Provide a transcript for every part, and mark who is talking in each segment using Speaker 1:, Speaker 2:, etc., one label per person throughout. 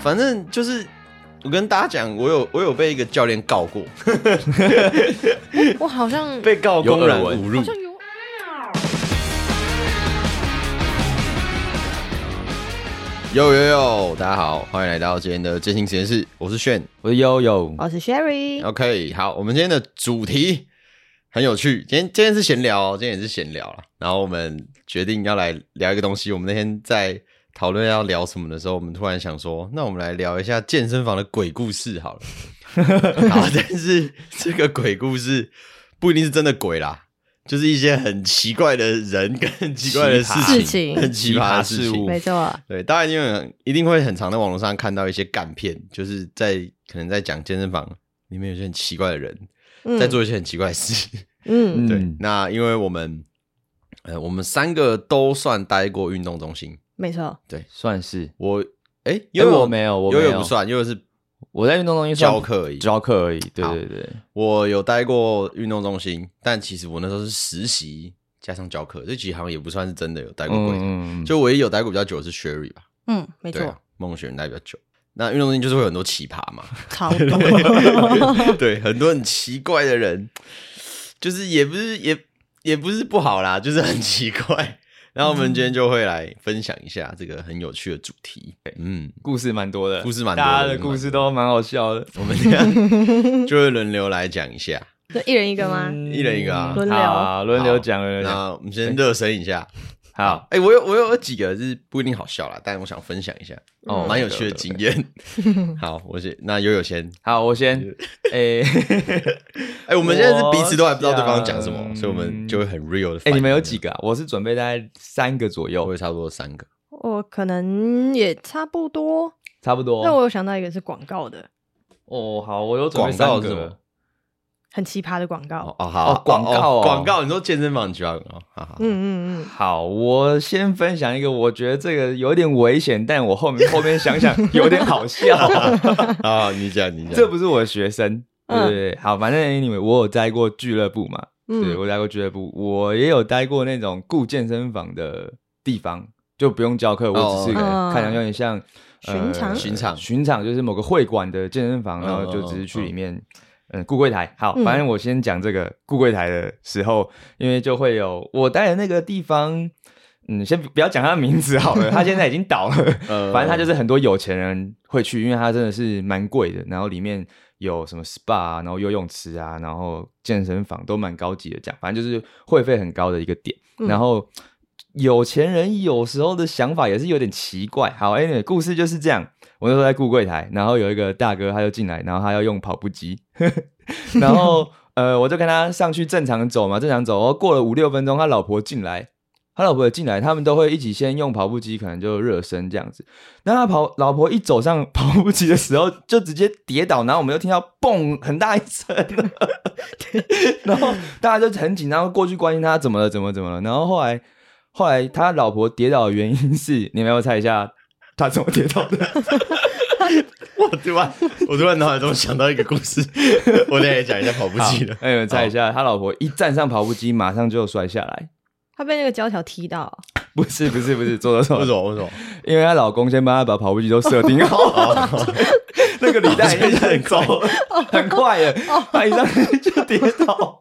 Speaker 1: 反正就是我跟大家讲，我有我有被一个教练告过，
Speaker 2: 我好像
Speaker 1: 被告
Speaker 3: 有
Speaker 1: 公然
Speaker 3: 耳闻
Speaker 1: 侮辱
Speaker 2: 好。像有，
Speaker 1: 有有有，大家好，欢迎来到今天的真心实验室，我是炫。
Speaker 3: 我是悠悠，
Speaker 2: 我是 Sherry，
Speaker 1: OK，好，我们今天的主题很有趣，今天今天是闲聊、哦，今天也是闲聊了。然后我们决定要来聊一个东西，我们那天在讨论要聊什么的时候，我们突然想说，那我们来聊一下健身房的鬼故事好了。 好，但是这个鬼故事不一定是真的鬼啦，就是一些很奇怪的人跟很奇怪的事
Speaker 3: 奇葩
Speaker 1: 情，
Speaker 2: 事情
Speaker 1: 很奇葩的事
Speaker 3: 奇葩事
Speaker 1: 情
Speaker 3: 物。
Speaker 2: 没错，
Speaker 1: 对，大家一定会一定会很常在网络上看到一些干片，就是在可能在讲健身房里面有些很奇怪的人
Speaker 2: 嗯
Speaker 1: 在做一些很奇怪的事。
Speaker 2: 嗯，
Speaker 1: 对
Speaker 3: 嗯，
Speaker 1: 那因为我们呃，我们三个都算待过运动中心。
Speaker 2: 没错，
Speaker 3: 算是
Speaker 1: 我哎，因
Speaker 3: 因
Speaker 1: 为
Speaker 3: 为我没有，我
Speaker 1: 悠
Speaker 3: 没
Speaker 1: 悠
Speaker 3: 有
Speaker 1: 不，算，悠悠是
Speaker 3: 我在运动中心算
Speaker 1: 教课而已。
Speaker 3: 教课而已，对
Speaker 1: 好
Speaker 3: 对对，
Speaker 1: 我有待过运动中心，但其实我那时候是实习加上教课，这其实好像也不算是真的有待过柜台。
Speaker 3: 嗯
Speaker 1: 就唯一有待过比较久的是 Sherry 吧，
Speaker 2: 嗯，没
Speaker 1: 对啊
Speaker 2: 错，，
Speaker 1: 梦雪人待比较久。那运动中心就是会有很多奇葩嘛，
Speaker 2: 超 多，
Speaker 1: 对，很多很奇怪的人，就是也不是也也不是不好啦，就是很奇怪。然后我们今天就会来分享一下这个很有趣的主题。嗯，
Speaker 3: 故事蛮多的，
Speaker 1: 故事蛮多的
Speaker 3: 大家的嗯故事都蛮好笑的，
Speaker 1: 我们这样就会轮流来讲一下。
Speaker 2: 就一人一个吗？
Speaker 3: 嗯
Speaker 1: 一人一个啊
Speaker 2: 轮流
Speaker 3: 好轮流讲，轮流讲，
Speaker 1: 那我们先热身一下。
Speaker 3: 好，
Speaker 1: 哎、我有我有几个是不一定好笑啦，但我想分享一下，
Speaker 3: 哦
Speaker 1: 蛮有趣的经验。好，我先那悠悠先。
Speaker 3: 好，我先， 诶，
Speaker 1: 哎、我们现在是彼此都还不知道对方讲什么，
Speaker 3: 我想
Speaker 1: 所以我们就会很 real 的。
Speaker 3: 哎，你们有几？个啊？我是准备大概三个左
Speaker 1: 我
Speaker 3: 右
Speaker 1: 也，差不多三个。
Speaker 2: 我可能也差不多，
Speaker 3: 差不
Speaker 1: 哦
Speaker 3: 多。
Speaker 2: 但我有想到一个是广告的，
Speaker 3: 哦，好，我有准备三
Speaker 1: 广告是什么
Speaker 3: 个，
Speaker 2: 很奇葩的广
Speaker 1: 哦
Speaker 2: 告，
Speaker 1: 哦好，
Speaker 3: 哦广告
Speaker 1: 哦
Speaker 3: 哦
Speaker 1: 广告，你说健身房举报广告，好好，
Speaker 2: 嗯嗯嗯，
Speaker 3: 好，我先分享一个，我觉得这个有点危险，但我后面后面想想有点好 笑。
Speaker 1: 啊，你讲你讲，
Speaker 3: 这不是我的学生，对
Speaker 2: 嗯
Speaker 3: 对对，好，反正 anyway，我有待过俱乐部嘛，
Speaker 2: 嗯
Speaker 3: 对我待过俱乐部，我也有待过那种雇健身房的地方，就不用教课，我只是
Speaker 2: 哦
Speaker 3: 看起来有点像呃
Speaker 2: 巡场
Speaker 1: 巡场
Speaker 3: 巡场就是某个会馆的健身房，然后就只是去里面。嗯，顾柜台好，
Speaker 2: 嗯
Speaker 3: 反正我先讲这个顾柜台的时候，因为就会有我待的那个地方，嗯，先不要讲他的名字好了，他现在已经倒了，
Speaker 1: 呃
Speaker 3: 反正它就是很多有钱人会去，因为它真的是蛮贵的，然后里面有什么 SPA，啊、然后游泳池啊，然后健身房都蛮高级的，这样反正就是会费很高的一个点。
Speaker 2: 嗯
Speaker 3: 然后有钱人有时候的想法也是有点奇怪。好，anyway，故事就是这样。我那时候在顾柜台，然后有一个大哥他就进来，然后他要用跑步机， 然后呃，我就跟他上去正常走嘛，正常走。然后过了五六分钟，他老婆进来，他老婆也进来，他们都会一起先用跑步机，可能就热身这样子。然后他跑老婆一走上 跑步机的时候，就直接跌倒，然后我们就听到嘣很大一声， 然后大家就很紧张过去关心他怎么了，怎么怎么了。然后后来后来他老婆跌倒的原因是，你们要不要猜一下他怎么跌倒 的？
Speaker 1: 我突然我突然脑海中想到一个故 事，我等一下也讲一下跑步
Speaker 3: 好
Speaker 1: 机的，
Speaker 3: 那你们哎猜一下，他老婆一站上跑步机，马上就摔下来。
Speaker 2: 他被那个胶条踢到，
Speaker 3: 不是不是不是，做错
Speaker 1: 为什
Speaker 3: 错错，
Speaker 1: 么为什么？
Speaker 3: 因为她老公先帮她把跑步机都设定好，
Speaker 1: 哦
Speaker 3: 那个履带一下很走， 很快耶，
Speaker 2: 哦
Speaker 3: 她一上去就跌
Speaker 1: 哦
Speaker 3: 倒。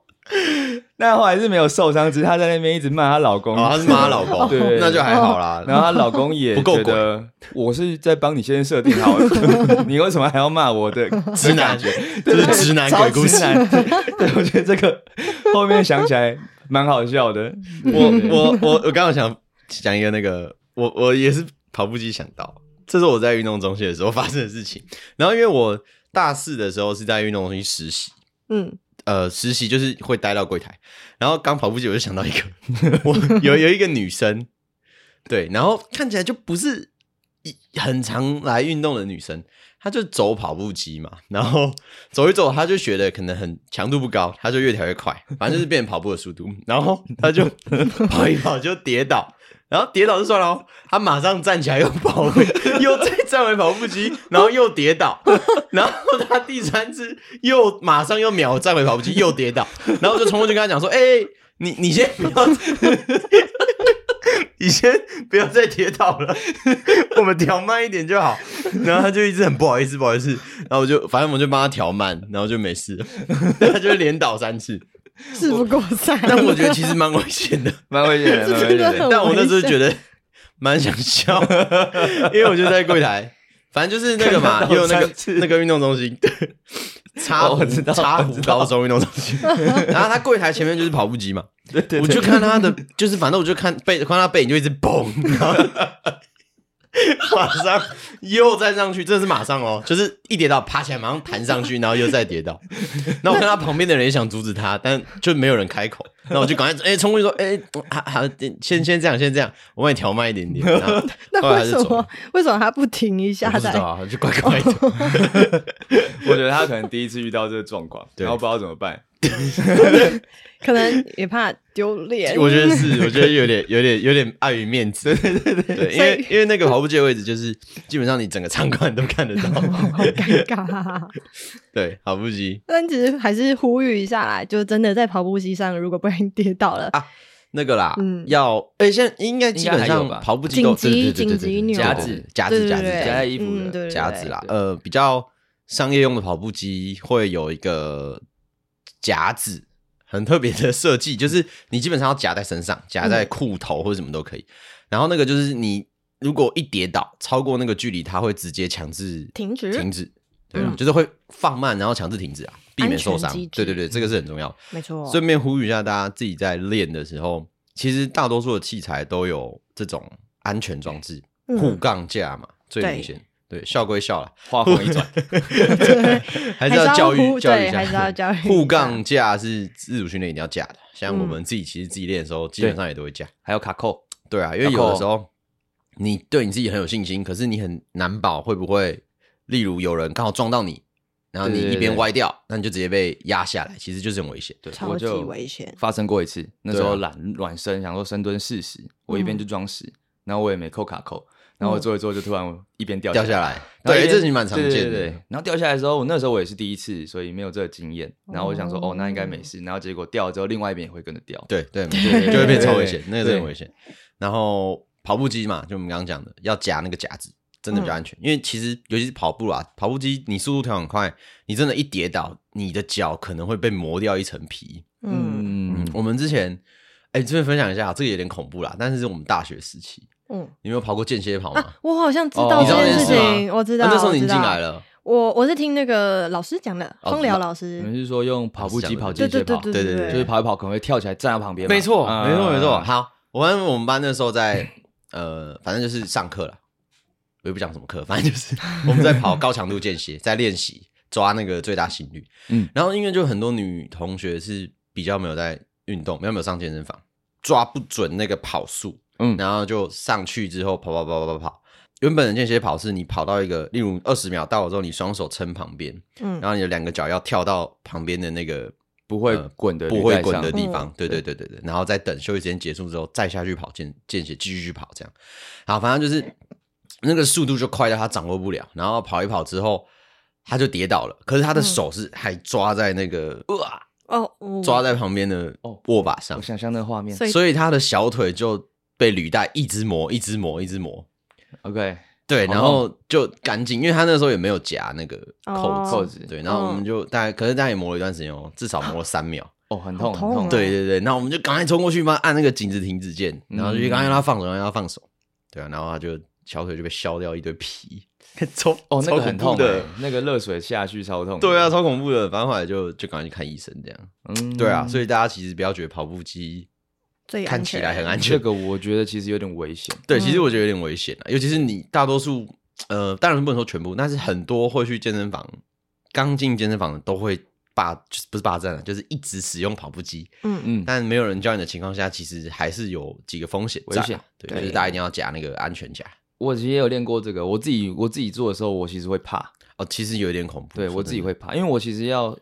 Speaker 3: 但后来是没有受伤，只是她在那边一直骂她老公，
Speaker 1: 哦，他是骂她老公，
Speaker 3: 对哦
Speaker 1: 那就还好啦。
Speaker 3: 然后她老公也
Speaker 1: 不够
Speaker 3: 觉得我是在帮你先设定 好的，你为什么还要骂我的
Speaker 1: 直男，
Speaker 3: 对
Speaker 1: 这
Speaker 3: 对
Speaker 1: 是直男鬼故事
Speaker 3: 超。直男对，我觉得这个后面想起来蛮好笑的。
Speaker 1: 我我我我刚刚想讲一个那个，我我也是跑步机想到，这是我在运动中心的时候发生的事情。然后因为我大四的时候是在运动中心实习，
Speaker 2: 嗯，
Speaker 1: 呃，实习就是会待到柜台，然后刚跑步机我就想到一个， 我有有一个女生，对，然后看起来就不是一很常来运动的女生，她就走跑步机嘛，然后走一走，她就觉得可能很强度不高，她就越跳越快，反正就是变成跑步的速度，然后她就 跑一跑就跌倒。然后跌倒就算了哦，她马上站起来又跑回，又再站回跑步机，然后又跌倒， 然后他第三次又马上又秒站回跑步机，又跌倒，然后我就冲过去跟他讲说：“哎、你你先不要， 你先不要再跌倒了，我们调慢一点就好。”然后他就一直很不好意思，不好意思。然后我就反正我就帮他调慢，然后就没事了。 他就连倒三次，
Speaker 2: 事不过 三。
Speaker 1: 但我觉得其实蛮危险的。
Speaker 3: 蛮危险的，
Speaker 2: 这
Speaker 3: 蛮 危
Speaker 2: 真
Speaker 3: 险
Speaker 2: 的
Speaker 3: 的。
Speaker 2: 很
Speaker 1: 但我那时候
Speaker 2: 危险
Speaker 1: 觉得蛮想笑， 因为我就在柜台，反正就是那个嘛，
Speaker 3: 看到
Speaker 1: 也有那个
Speaker 3: 三次
Speaker 1: 那个运动中心，对，茶
Speaker 3: 哦我知
Speaker 1: 壶
Speaker 3: 道
Speaker 1: 茶
Speaker 3: 我
Speaker 1: 壶
Speaker 3: 知道
Speaker 1: 高中运动中心，然后他柜台前面就是跑步机嘛，
Speaker 3: 对对
Speaker 1: 我
Speaker 3: 对
Speaker 1: 就看他的，就是反正我就看背，看他背影就一直蹦，然后马上又再上去，真的是马上哦，就是一跌倒爬起来马上弹上去，然后又再跌倒。那我看他旁边的人也想阻止他，但就没有人开口。那我就赶快哎冲过去说哎，好、好、先先这样，先这样，我帮你调慢一点点。然后后
Speaker 2: 那
Speaker 1: 来他
Speaker 2: 为
Speaker 1: 就
Speaker 2: 什
Speaker 1: 走
Speaker 2: 么
Speaker 1: 了
Speaker 2: 为什么他不停一
Speaker 1: 我
Speaker 2: 下
Speaker 1: 不知道
Speaker 2: 再？
Speaker 1: 啊，就乖乖的。
Speaker 3: 我觉得他可能第一次遇到这个状况，
Speaker 1: 对
Speaker 3: 然后不知道怎么办。
Speaker 2: 可能也怕丢脸。
Speaker 1: 我觉得是，我觉得有点、有点、有点碍于面子。对对对对，因
Speaker 2: 所以
Speaker 1: 为因为那个跑步机的位置，就是基本上你整个场馆都看得到。
Speaker 2: 好尴尬、啊
Speaker 1: 对，跑步机
Speaker 2: 但其实还是呼吁一下啦，就真的在跑步机上，如果不然跌倒了，
Speaker 1: 那个啦，
Speaker 2: 嗯
Speaker 1: 要哎、现在应该基本
Speaker 3: 应该还
Speaker 1: 上
Speaker 3: 有吧
Speaker 1: 跑步机都
Speaker 2: 紧急紧急钮
Speaker 1: 夹子、夹
Speaker 2: 对
Speaker 1: 子、
Speaker 2: 对
Speaker 1: 夹子、
Speaker 2: 对，
Speaker 3: 夹在衣服
Speaker 2: 嗯对
Speaker 3: 的
Speaker 2: 对对
Speaker 1: 夹子啦。
Speaker 3: 对
Speaker 1: 呃，比较商业用的跑步机会有一个夹子，很特别的设计，就是你基本上要夹在身上，夹在
Speaker 2: 嗯
Speaker 1: 裤头或者什么都可以。然后那个就是你如果一跌倒超过那个距离，它会直接强制
Speaker 2: 停止
Speaker 1: 停止。对啊，
Speaker 2: 嗯
Speaker 1: 就是会放慢，然后强制停止啊，避免
Speaker 2: 安全
Speaker 1: 受伤
Speaker 2: 机。制
Speaker 1: 对对对，这个是很重要。
Speaker 2: 没错。
Speaker 1: 顺便呼吁一下，大家自己在练的时候，其实大多数的器材都有这种安全装置，
Speaker 2: 嗯
Speaker 1: 护 杠架嘛，最明显。对，笑归笑了，
Speaker 3: 话锋 一转，
Speaker 1: 还是要教
Speaker 2: 还是要
Speaker 1: 育
Speaker 2: 呼
Speaker 1: 教育一
Speaker 2: 对还是
Speaker 1: 下
Speaker 2: 要教育一下
Speaker 1: 护杠架是自主训练一定要架的，像我们自己其实自己练的时候，基本上也都会架。
Speaker 3: 还有卡扣，
Speaker 1: 对啊，因为有的时候你对你自己很有信心，可是你很难保会不会，例如有人刚好撞到你，然后你
Speaker 3: 对对
Speaker 1: 一
Speaker 3: 对
Speaker 1: 边歪掉，那你就直接被压下来，其实就是很危险。
Speaker 3: 对，
Speaker 2: 超
Speaker 3: 我
Speaker 2: 级
Speaker 3: 就
Speaker 2: 危险
Speaker 3: 发生过一次，那时
Speaker 1: 对啊嗯
Speaker 3: 候懒软身，想说深蹲四十，我一边就装十，然后我也没扣卡扣，然后我做一做就突然一边掉
Speaker 1: 掉
Speaker 3: 下
Speaker 1: 下来，
Speaker 3: 然后一
Speaker 1: 对，
Speaker 3: 边
Speaker 1: 这是蛮常见的。
Speaker 3: 对对对对然后掉下来的时候，我那时候我也是第一次，所以没有这个经验。然后我想说，
Speaker 2: 哦
Speaker 3: 哦，那应该没事。然后结果掉了之后，另外一边也会跟着掉。
Speaker 1: 对 对，
Speaker 3: 对
Speaker 1: 就会变超危险，
Speaker 3: 对
Speaker 1: 那个真的
Speaker 3: 对
Speaker 1: 很危险。然后跑步机嘛，就我们刚刚讲的，要夹那个夹子，真的比较安全。因为其实尤其是跑步啦，跑步机你速度调很快，你真的一跌倒，你的脚可能会被磨掉一层皮。
Speaker 2: 嗯
Speaker 1: 嗯，我们之前，哎，这边分享一下，这个有点恐怖啦，但是是我们大学时期，
Speaker 2: 嗯
Speaker 1: 你有没有跑过间歇跑吗
Speaker 2: 啊？，我好像知
Speaker 3: 哦
Speaker 2: 道
Speaker 1: 你知
Speaker 2: 这
Speaker 1: 道这
Speaker 2: 件
Speaker 1: 件
Speaker 2: 事
Speaker 1: 事
Speaker 2: 情，
Speaker 1: 吗？
Speaker 2: 我知道。
Speaker 1: 啊那时候你
Speaker 2: 我
Speaker 1: 进
Speaker 2: 知道
Speaker 1: 来，了，
Speaker 2: 我我是听那个老师讲的，
Speaker 1: 哦
Speaker 2: 风疗老师
Speaker 3: 你们。是说用跑步机跑
Speaker 2: 对
Speaker 3: 间
Speaker 2: 对
Speaker 3: 歇
Speaker 2: 对
Speaker 3: 跑？
Speaker 2: 对
Speaker 1: 对对
Speaker 2: 对，
Speaker 3: 就是跑一跑可能会跳起来站在旁边嘛。
Speaker 1: 没错，
Speaker 3: 嗯
Speaker 1: 没错，没错。。好，我们我们班那时候在呃，反正就是上课了，我也不讲什么课，反正就是 我们在跑高强度间歇，在练习抓那个最大心率。嗯
Speaker 3: 嗯，
Speaker 1: 然后因为就很多女同学是比较没有在运动，没有没有上健身房，抓不准那个跑速，
Speaker 3: 嗯
Speaker 1: 然后就上去之后跑跑跑跑跑跑。原本的间歇跑是你跑到一个，例如二十秒到了之后，你双手撑旁边，
Speaker 2: 嗯
Speaker 1: 然后你的两个脚要跳到旁边的那个
Speaker 3: 不会
Speaker 1: 呃
Speaker 3: 滚的
Speaker 1: 不
Speaker 3: 履
Speaker 1: 会
Speaker 3: 带
Speaker 1: 滚
Speaker 3: 上
Speaker 1: 的地方
Speaker 2: 嗯，
Speaker 1: 对对对对对，然后再等休息时间结束之后再下去跑间间歇，继续去跑这样。好，反正就是那个速度就快到他掌握不了，然后跑一跑之后他就跌倒了，可是他
Speaker 2: 嗯
Speaker 1: 的手是还抓在那个、哇，
Speaker 2: 哦，我
Speaker 1: 抓在旁边的
Speaker 3: 哦
Speaker 1: 握把上
Speaker 3: 我，想象那个画面
Speaker 2: 所。以
Speaker 1: 所以他的小腿就被履带一直磨，一直磨，一直磨。
Speaker 3: OK，
Speaker 1: 对，
Speaker 3: 好
Speaker 1: 然后就赶紧，因为他那时候也没有夹那个扣
Speaker 2: 哦
Speaker 1: 子，
Speaker 3: 扣子
Speaker 1: 对，然后我们
Speaker 2: 嗯
Speaker 1: 就大概，可是大概也磨了一段时间哦，至少磨了三秒，
Speaker 3: 哦，很痛，
Speaker 2: 好
Speaker 3: 很
Speaker 2: 痛哦
Speaker 3: 痛。
Speaker 1: 对对对，那我们就赶快冲过去嘛，按那个紧止停止键，
Speaker 3: 嗯
Speaker 1: 然后就赶快让他放手，让他放手。对啊，然后他就小腿就被削掉一堆 皮，超
Speaker 3: 哦，那
Speaker 1: 超
Speaker 3: 个
Speaker 1: 恐
Speaker 3: 很
Speaker 1: 怖
Speaker 3: 痛
Speaker 1: 的
Speaker 3: 欸。，那个热水下去超痛。
Speaker 1: 对啊，，超恐怖的。反正后来就就赶快去看医生，这样。
Speaker 3: 嗯
Speaker 1: 对啊，所以大家其实不要觉得跑步机
Speaker 2: 最安
Speaker 1: 看起来
Speaker 2: 全
Speaker 1: 很安
Speaker 3: 嗯这
Speaker 1: 全。
Speaker 3: 个我觉得其实有点危险。
Speaker 1: 对，其实我觉得有点危险啊，尤其是你大多数呃，当然不能说全部，但是很多会去健身房，刚进健身房的都会霸，就是不是霸占了，啊就是一直使用跑步机。
Speaker 2: 嗯
Speaker 3: 嗯，
Speaker 1: 但没有人教你的情况下，其实还是有几个风险
Speaker 3: 危
Speaker 1: 在啊
Speaker 3: 险
Speaker 1: 对，
Speaker 3: 对
Speaker 1: 就是大家一定要夹那个安全夹。
Speaker 3: 我其实也有练过这个，我自己我自己做的时候，我其实会怕，
Speaker 1: 哦，其实有点恐怖。
Speaker 3: 对
Speaker 1: 说
Speaker 3: 我
Speaker 1: 真
Speaker 3: 自己
Speaker 1: 的，
Speaker 3: 会怕，因为我其实要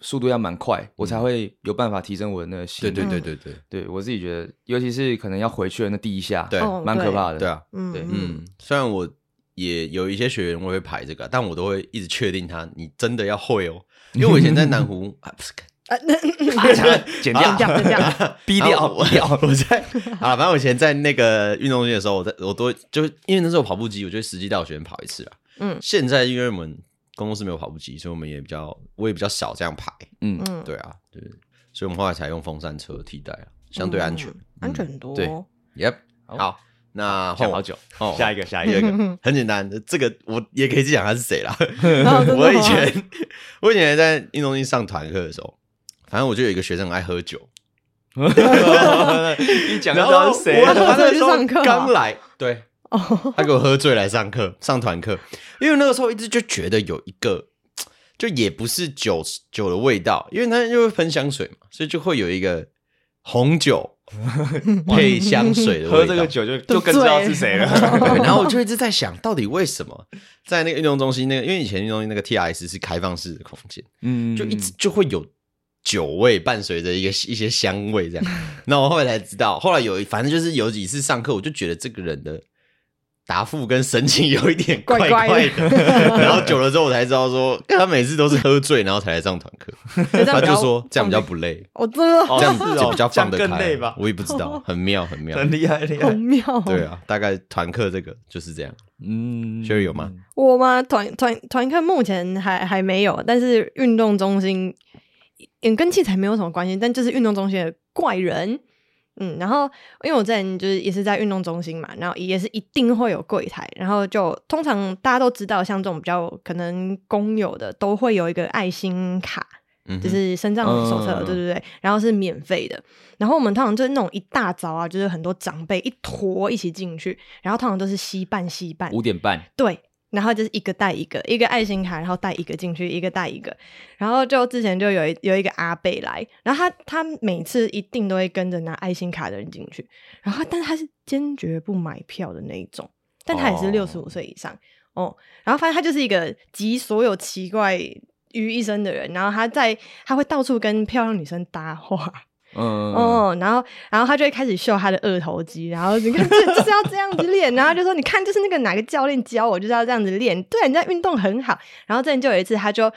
Speaker 3: 速度要蛮快，我才会有办法提升我的那个心
Speaker 1: 对
Speaker 3: 率。
Speaker 1: 对对
Speaker 2: 嗯
Speaker 1: 对对
Speaker 3: 嗯对，我自己觉得，尤其是可能要回去的那第一下，
Speaker 1: 对
Speaker 2: 哦
Speaker 3: 蛮可怕的。
Speaker 1: 对，啊，
Speaker 2: 嗯
Speaker 3: 对
Speaker 1: 嗯，虽然我也有一些学员我 会排这个，但我都会一直确定他，你真的要会哦，因为我以前在南湖 啊，不是
Speaker 2: 呃，那
Speaker 1: 好
Speaker 3: 剪掉
Speaker 1: 啦
Speaker 2: 剪，掉剪掉，
Speaker 3: 逼
Speaker 1: 然后
Speaker 3: 掉，
Speaker 1: 我。
Speaker 3: 逼掉
Speaker 1: 我在啊，反正我以前在那个运动中心的时候，我在我都就因为那时候有跑步机，我就会实际带我学生跑一次啊。
Speaker 2: 嗯
Speaker 1: 现在因为我们公司没有跑步机，所以我们也比较我也比较少这样排。
Speaker 3: 嗯，
Speaker 2: 嗯，
Speaker 1: 对啊，对，所以我们后来才用风扇车替代了，相对安全。
Speaker 2: 嗯安全很多。
Speaker 1: 对 Yep，
Speaker 3: 好
Speaker 1: 好，那换
Speaker 3: 想
Speaker 1: 我
Speaker 3: 好久，
Speaker 1: 哦
Speaker 3: 下一个，下一
Speaker 1: 第二
Speaker 3: 个，
Speaker 1: 个很简单，这个我也可以讲他是谁 啦。
Speaker 2: 然
Speaker 3: 哦
Speaker 2: 后真的
Speaker 1: 我以
Speaker 2: 吗
Speaker 1: 前我以前在运动中心上团课的时候，反正我就有一个学生很爱喝酒，
Speaker 3: 一讲就知道是谁
Speaker 1: 然后
Speaker 3: 了。
Speaker 1: 我
Speaker 2: 他那时候
Speaker 1: 我
Speaker 2: 去上课吗啊
Speaker 1: 刚来，对，
Speaker 2: 哦，
Speaker 1: 他给我喝醉来上课，上团课，因为那个时候一直就觉得有一个，就也不是酒酒的味道，因为他就会喷香水嘛，所以就会有一个红 酒配香水的味道。
Speaker 3: 喝这个酒就就更知道是谁了。
Speaker 2: 哦
Speaker 1: 对，然后我就一直在想，到底为什么在那个运动中心那个，因为以前运动中心那个 TRS 是开放式的空间，
Speaker 3: 嗯
Speaker 1: 就一直就会有酒味伴随着一个一些香味这样。那我后来才知道，后来有一反正就是有几次上课，我就觉得这个人的答复跟神情有一点怪
Speaker 2: 怪
Speaker 1: 怪
Speaker 2: 怪
Speaker 1: 的。
Speaker 2: 的
Speaker 1: 然 后久了之后，我才知道说，干他每次都是喝醉然后才来上团课。
Speaker 2: 这样
Speaker 1: 他
Speaker 2: 比
Speaker 1: 就
Speaker 2: 较
Speaker 1: 说这样比较不累，
Speaker 2: 我 真的
Speaker 3: 哦
Speaker 1: 这样
Speaker 3: 是哦
Speaker 1: 就比较放得
Speaker 3: 这样
Speaker 1: 开。啊
Speaker 3: 更累吧哦
Speaker 1: 我也不知道，很妙很 妙。
Speaker 3: 很厉害，厉
Speaker 2: 好
Speaker 3: 害。
Speaker 2: 妙哦。
Speaker 1: 对啊，大概团课这个就是这样。
Speaker 3: 嗯
Speaker 1: Sherry 有吗？
Speaker 2: 我吗？团团团课目前还还没有，但是运动中心也跟器材没有什么关系，但就是运动中心的怪人。嗯，然后因为我之前就是也是在运动中心嘛，然后也是一定会有柜台，然后就通常大家都知道，像这种比较可能公有的都会有一个爱心卡，
Speaker 1: 嗯哼，
Speaker 2: 就是身障手册，
Speaker 3: 嗯
Speaker 2: 对对对，然后是免费的。然后我们通常就是那种一大早啊，就是很多长辈一坨一起进去，然后通常都是稀半稀半，
Speaker 3: 五点半，
Speaker 2: 对，然后就是一个带一个，一个爱心卡，然后带一个进去，一个带一个。然后就之前就有一有一个阿贝来，然后他他每次一定都会跟着拿爱心卡的人进去，然后但是他是坚决不买票的那一种，但他也
Speaker 3: 哦
Speaker 2: 是六十五岁以上哦然后反正他就是一个集所有奇怪于一身的人，然后他在他会到处跟漂亮女生搭话。
Speaker 3: 嗯，
Speaker 2: 哦，然后然后他就会开始秀他的二头肌，然后你看这就是要这样子练，然后就说你看就是那个哪个教练教我就是要这样子练，对人家运动很好。然后之前就有一次，他就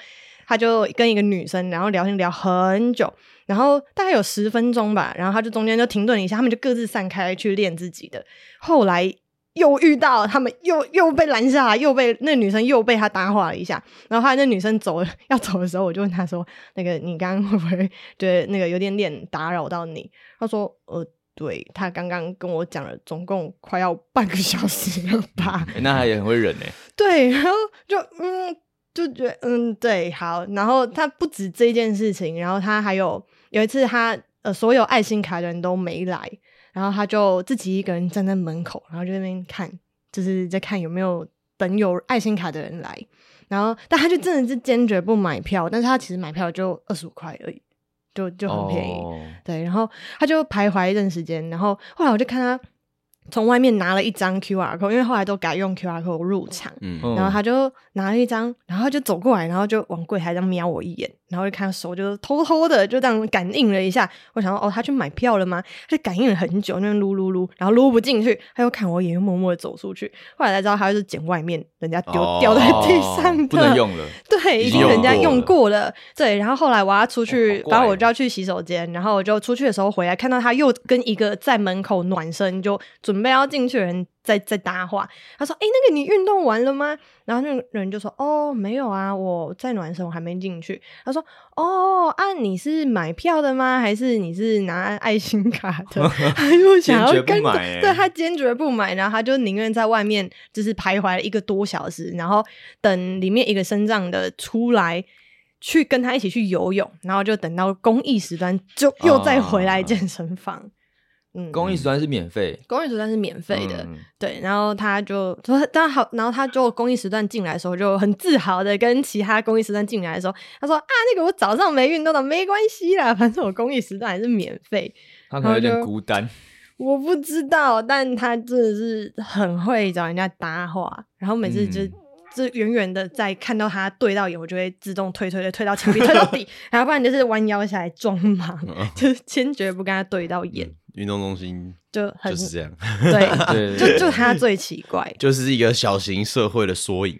Speaker 2: 他就跟一个女生然后聊天聊很久，然后大概有十分钟吧，然后他就中间就停顿了一下，他们就各自散开去练自己的。后来又遇到他们又又被拦下来，又被那女生又被他搭话了一下。然后后来那女生走了 要走的时候，我就问她说：“那个你刚刚会不会觉得那个有点点打扰到你？”她说：“呃，对，她刚刚跟我讲了，总共快要半个小时了吧。”
Speaker 3: 欸那他也很会 忍呢。
Speaker 2: 对，然后就嗯，就觉得嗯，对，好。然后他不止这件事情，然后他还有有一次他呃，所有爱心卡的人都没来，然后他就自己一个人站在门口，然后就在那边看，就是在看有没有等有爱心卡的人来。然后，但他就真的是坚决不买票，但是他其实买票就二十五块而已，就就很便宜。
Speaker 3: 哦
Speaker 2: 对，然后他就徘徊一段时间，然后后来我就看他从外面拿了一张 QR code，因为后来都改用 QR code 入场，
Speaker 1: 嗯
Speaker 3: 嗯
Speaker 2: 然后他就拿了一张，然后他就走过来，然后就往柜台这样瞄我一眼，然后就看他手就偷偷的就这样感应了一下，我想说哦，他去买票了吗？他就感应了很久，那边撸撸撸，然后撸不进去，他又看我一眼，又默默的走出去，后来才知道他就是捡外面人家丢、
Speaker 1: 哦
Speaker 2: 掉在地上的，
Speaker 3: 哦不能用了。
Speaker 2: 对，
Speaker 3: 已
Speaker 2: 已
Speaker 3: 经
Speaker 2: 经人家
Speaker 3: 用过
Speaker 2: 用
Speaker 3: 了
Speaker 2: 过了。对，然后后来我要出去
Speaker 3: 哦好，怪
Speaker 2: 反正
Speaker 3: 哦
Speaker 2: 我就要去洗手间，然后我就出去的时候回来，看到他又跟一个在门口暖身，就准备要进去的人在在搭话。他说：“哎、那个你运动完了吗？”然后那个人就说：“哦，没有啊，我在暖身，我还没进去。”他说：“哦，啊，你是买票的吗？还是你是拿爱心卡的？” 他就想要
Speaker 3: 坚决不
Speaker 2: 跟着，
Speaker 3: 买欸
Speaker 2: 对他坚决不买，然后他就宁愿在外面就是徘徊了一个多小时，然后等里面一个身障的出来。去跟他一起去游泳，然后就等到公益时段，就又再回来健身房。嗯，
Speaker 3: 哦公益时段是免费，
Speaker 2: 公益时段是免费的，
Speaker 3: 嗯
Speaker 2: 对，然后他就说，但好，然后他就公益时段进来的时候，就很自豪的跟其他公益时段进来的时候，他说啊，那个我早上没运动的，没关系啦，反正我公益时段还是免费。
Speaker 3: 他可能有点
Speaker 2: 然后就
Speaker 3: 孤单。
Speaker 2: 我不知道，但他真的是很会找人家搭话，然后每次就、
Speaker 3: 嗯
Speaker 2: 就远远的在看到他对到眼，我就会自动推推推推到墙壁，推到底，然后不然就是弯腰下来装忙，就是坚决不跟他对到眼，
Speaker 1: 运动中心
Speaker 2: 就
Speaker 1: 啊
Speaker 2: 很
Speaker 1: 就是这样，
Speaker 2: 对，
Speaker 3: 对，
Speaker 2: 就就他最奇怪。
Speaker 1: 就是一个小型社会的缩影。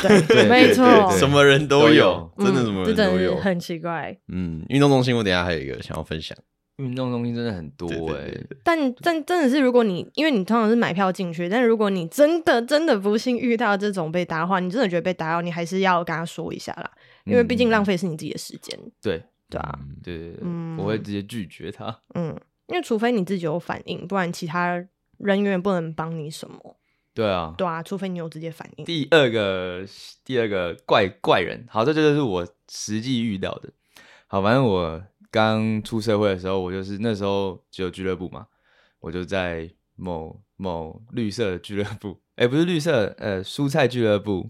Speaker 3: 对
Speaker 2: 没错
Speaker 3: 对对对
Speaker 1: 什么人都
Speaker 3: 都
Speaker 1: 有
Speaker 3: 有，
Speaker 1: 真的
Speaker 2: 嗯
Speaker 1: 什么
Speaker 2: 这
Speaker 1: 人
Speaker 2: 真
Speaker 1: 都
Speaker 2: 的是
Speaker 1: 有。
Speaker 2: 很奇怪。
Speaker 1: 嗯，运动中心我等一下还有一个想要分享，
Speaker 3: 运动中心真的很多
Speaker 1: 对对
Speaker 3: 哎、
Speaker 1: 对对
Speaker 2: 但但真的是，如果你因为你通常是买票进去，但如果你真的真的不幸遇到这种被打话，你真的觉得被打扰，你还是要跟他说一下啦，因为毕竟浪费是你自己的时间，
Speaker 3: 对
Speaker 2: 对啊，
Speaker 1: 嗯
Speaker 3: 对对对，
Speaker 2: 嗯
Speaker 3: 我会直接拒绝他。
Speaker 2: 嗯，因为除非你自己有反应，不然其他人员不能帮你什么，
Speaker 3: 对啊，
Speaker 2: 对啊，除非你有直接反应，
Speaker 3: 第二个第二个怪怪人，好，这就是我实际遇到的。好，反正我刚出社会的时候，我就是那时候只有俱乐部嘛，我就在某某绿色的俱乐部，哎、不是绿色，呃，蔬菜俱乐部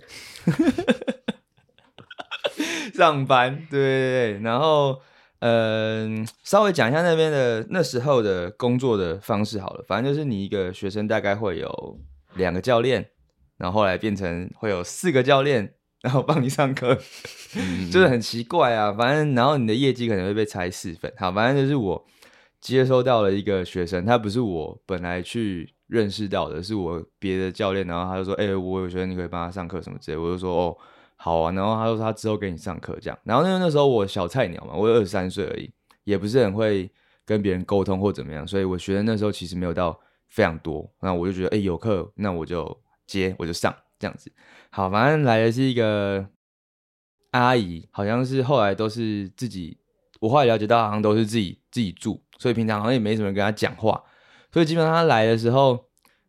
Speaker 3: 上班。对对对，然后。嗯，稍微讲一下那边的那时候的工作的方式好了。反正就是你一个学生大概会有两个教练，然后后来变成会有四个教练，然后帮你上课，
Speaker 1: 嗯
Speaker 3: 就是很奇怪啊。反正然后你的业绩可能会被拆四份。好，反正就是我接收到了一个学生，他不是我本来去认识到的，是我别的教练，然后他就说：“哎、我有学生，你可以帮他上课什么之类。”我就说：“哦，好啊。”然后他就说他之后给你上课这样。然后那那时候我小菜鸟嘛，我二十三岁而已，也不是很会跟别人沟通或怎么样，所以我学生那时候其实没有到非常多。那我就觉得，哎、有课那我就接，我就上这样子。好，反正来的是一个阿姨，好像是后来都是自己，我后来了解到好像都是自己自己住，所以平常好像也没什么人跟她讲话，所以基本上她来的时候，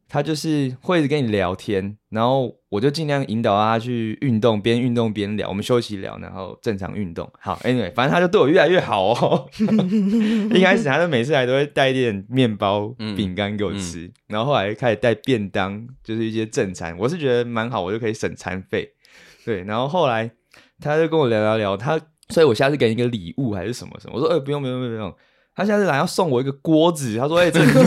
Speaker 3: 她就是会一直跟你聊天，然后我就尽量引导她去运动，边运动边聊，我们休息聊，然后正常运动。好，anyway，反正她就对我越来越好哦。 一开始她就每次来都会带一点面包、
Speaker 1: 嗯
Speaker 3: 饼干给我吃，然后后来开始带便当，就是一些正餐，我是觉得蛮好，我就可以省餐费。对，然后后来他就跟我聊聊聊，他所以我下次给你一个礼物还是什么什么，我说呃、不用不用不用不用，他下次来要送我一个锅子，他说哎、这个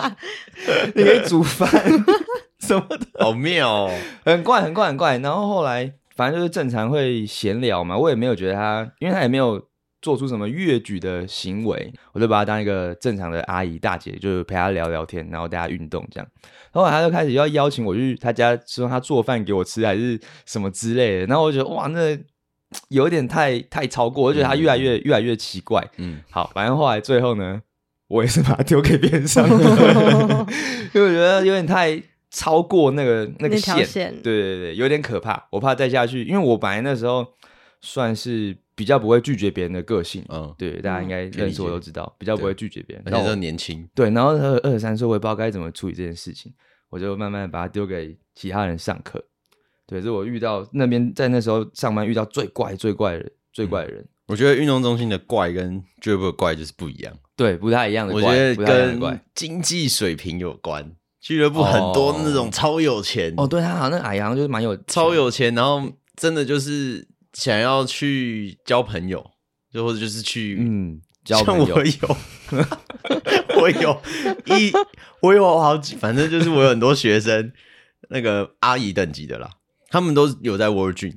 Speaker 3: 你可以煮饭 什么的，
Speaker 1: 好妙哦。
Speaker 3: 很怪很怪很怪。然后后来反正就是正常会闲聊嘛，我也没有觉得他，因为他也没有做出什么越矩的行为，我就把他当一个正常的阿姨大姐，就是陪他聊聊天，然后带他运动这样。后来他就开始要邀请我去他家，说他做饭给我吃还是什么之类的。然后我就觉得哇，那有点太太超过，我就觉得他越来越越来越奇怪。
Speaker 1: 嗯，
Speaker 3: 好，反正后来最后呢，我也是把它丢给别人上课， 因为我觉得有点太超过那个那个
Speaker 2: 那条
Speaker 3: 线，
Speaker 2: 线
Speaker 3: 对对对，有点可怕，我怕再下去，因为我本来那时候算是比较不会拒绝别人的个性，
Speaker 1: 嗯
Speaker 3: 对，大家应该
Speaker 1: 可以
Speaker 3: 认识我
Speaker 1: 理解
Speaker 3: 都知道，比较不会拒绝别人，
Speaker 1: 而
Speaker 3: 然
Speaker 1: 且
Speaker 3: 后
Speaker 1: 这
Speaker 3: 我
Speaker 1: 年轻，
Speaker 3: 对，然后二二十三岁，我也不知道该怎么处理这件事情，我就慢慢把它丢给其他人上课。对，这是我遇到那边在那时候上班遇到最怪、最怪的人、最怪的人。
Speaker 1: 我觉得运动中心的怪跟俱乐部的怪就是不一样。
Speaker 3: 对，不太一样的
Speaker 1: 我
Speaker 3: 怪，
Speaker 1: 觉得
Speaker 3: 不太一样的怪
Speaker 1: 跟经济水平有关。俱乐部很多那种超有钱，
Speaker 3: 哦，对他好像那个矮羊就是蛮有
Speaker 1: 嗯超有钱，然后真的就是想要去交朋友，就或者就是去，
Speaker 3: 嗯，交
Speaker 1: 像
Speaker 3: 朋友
Speaker 1: 我有，我有一，我有好几，反正就是我有很多学生，那个阿姨等级的啦，他们都有在 Virgin，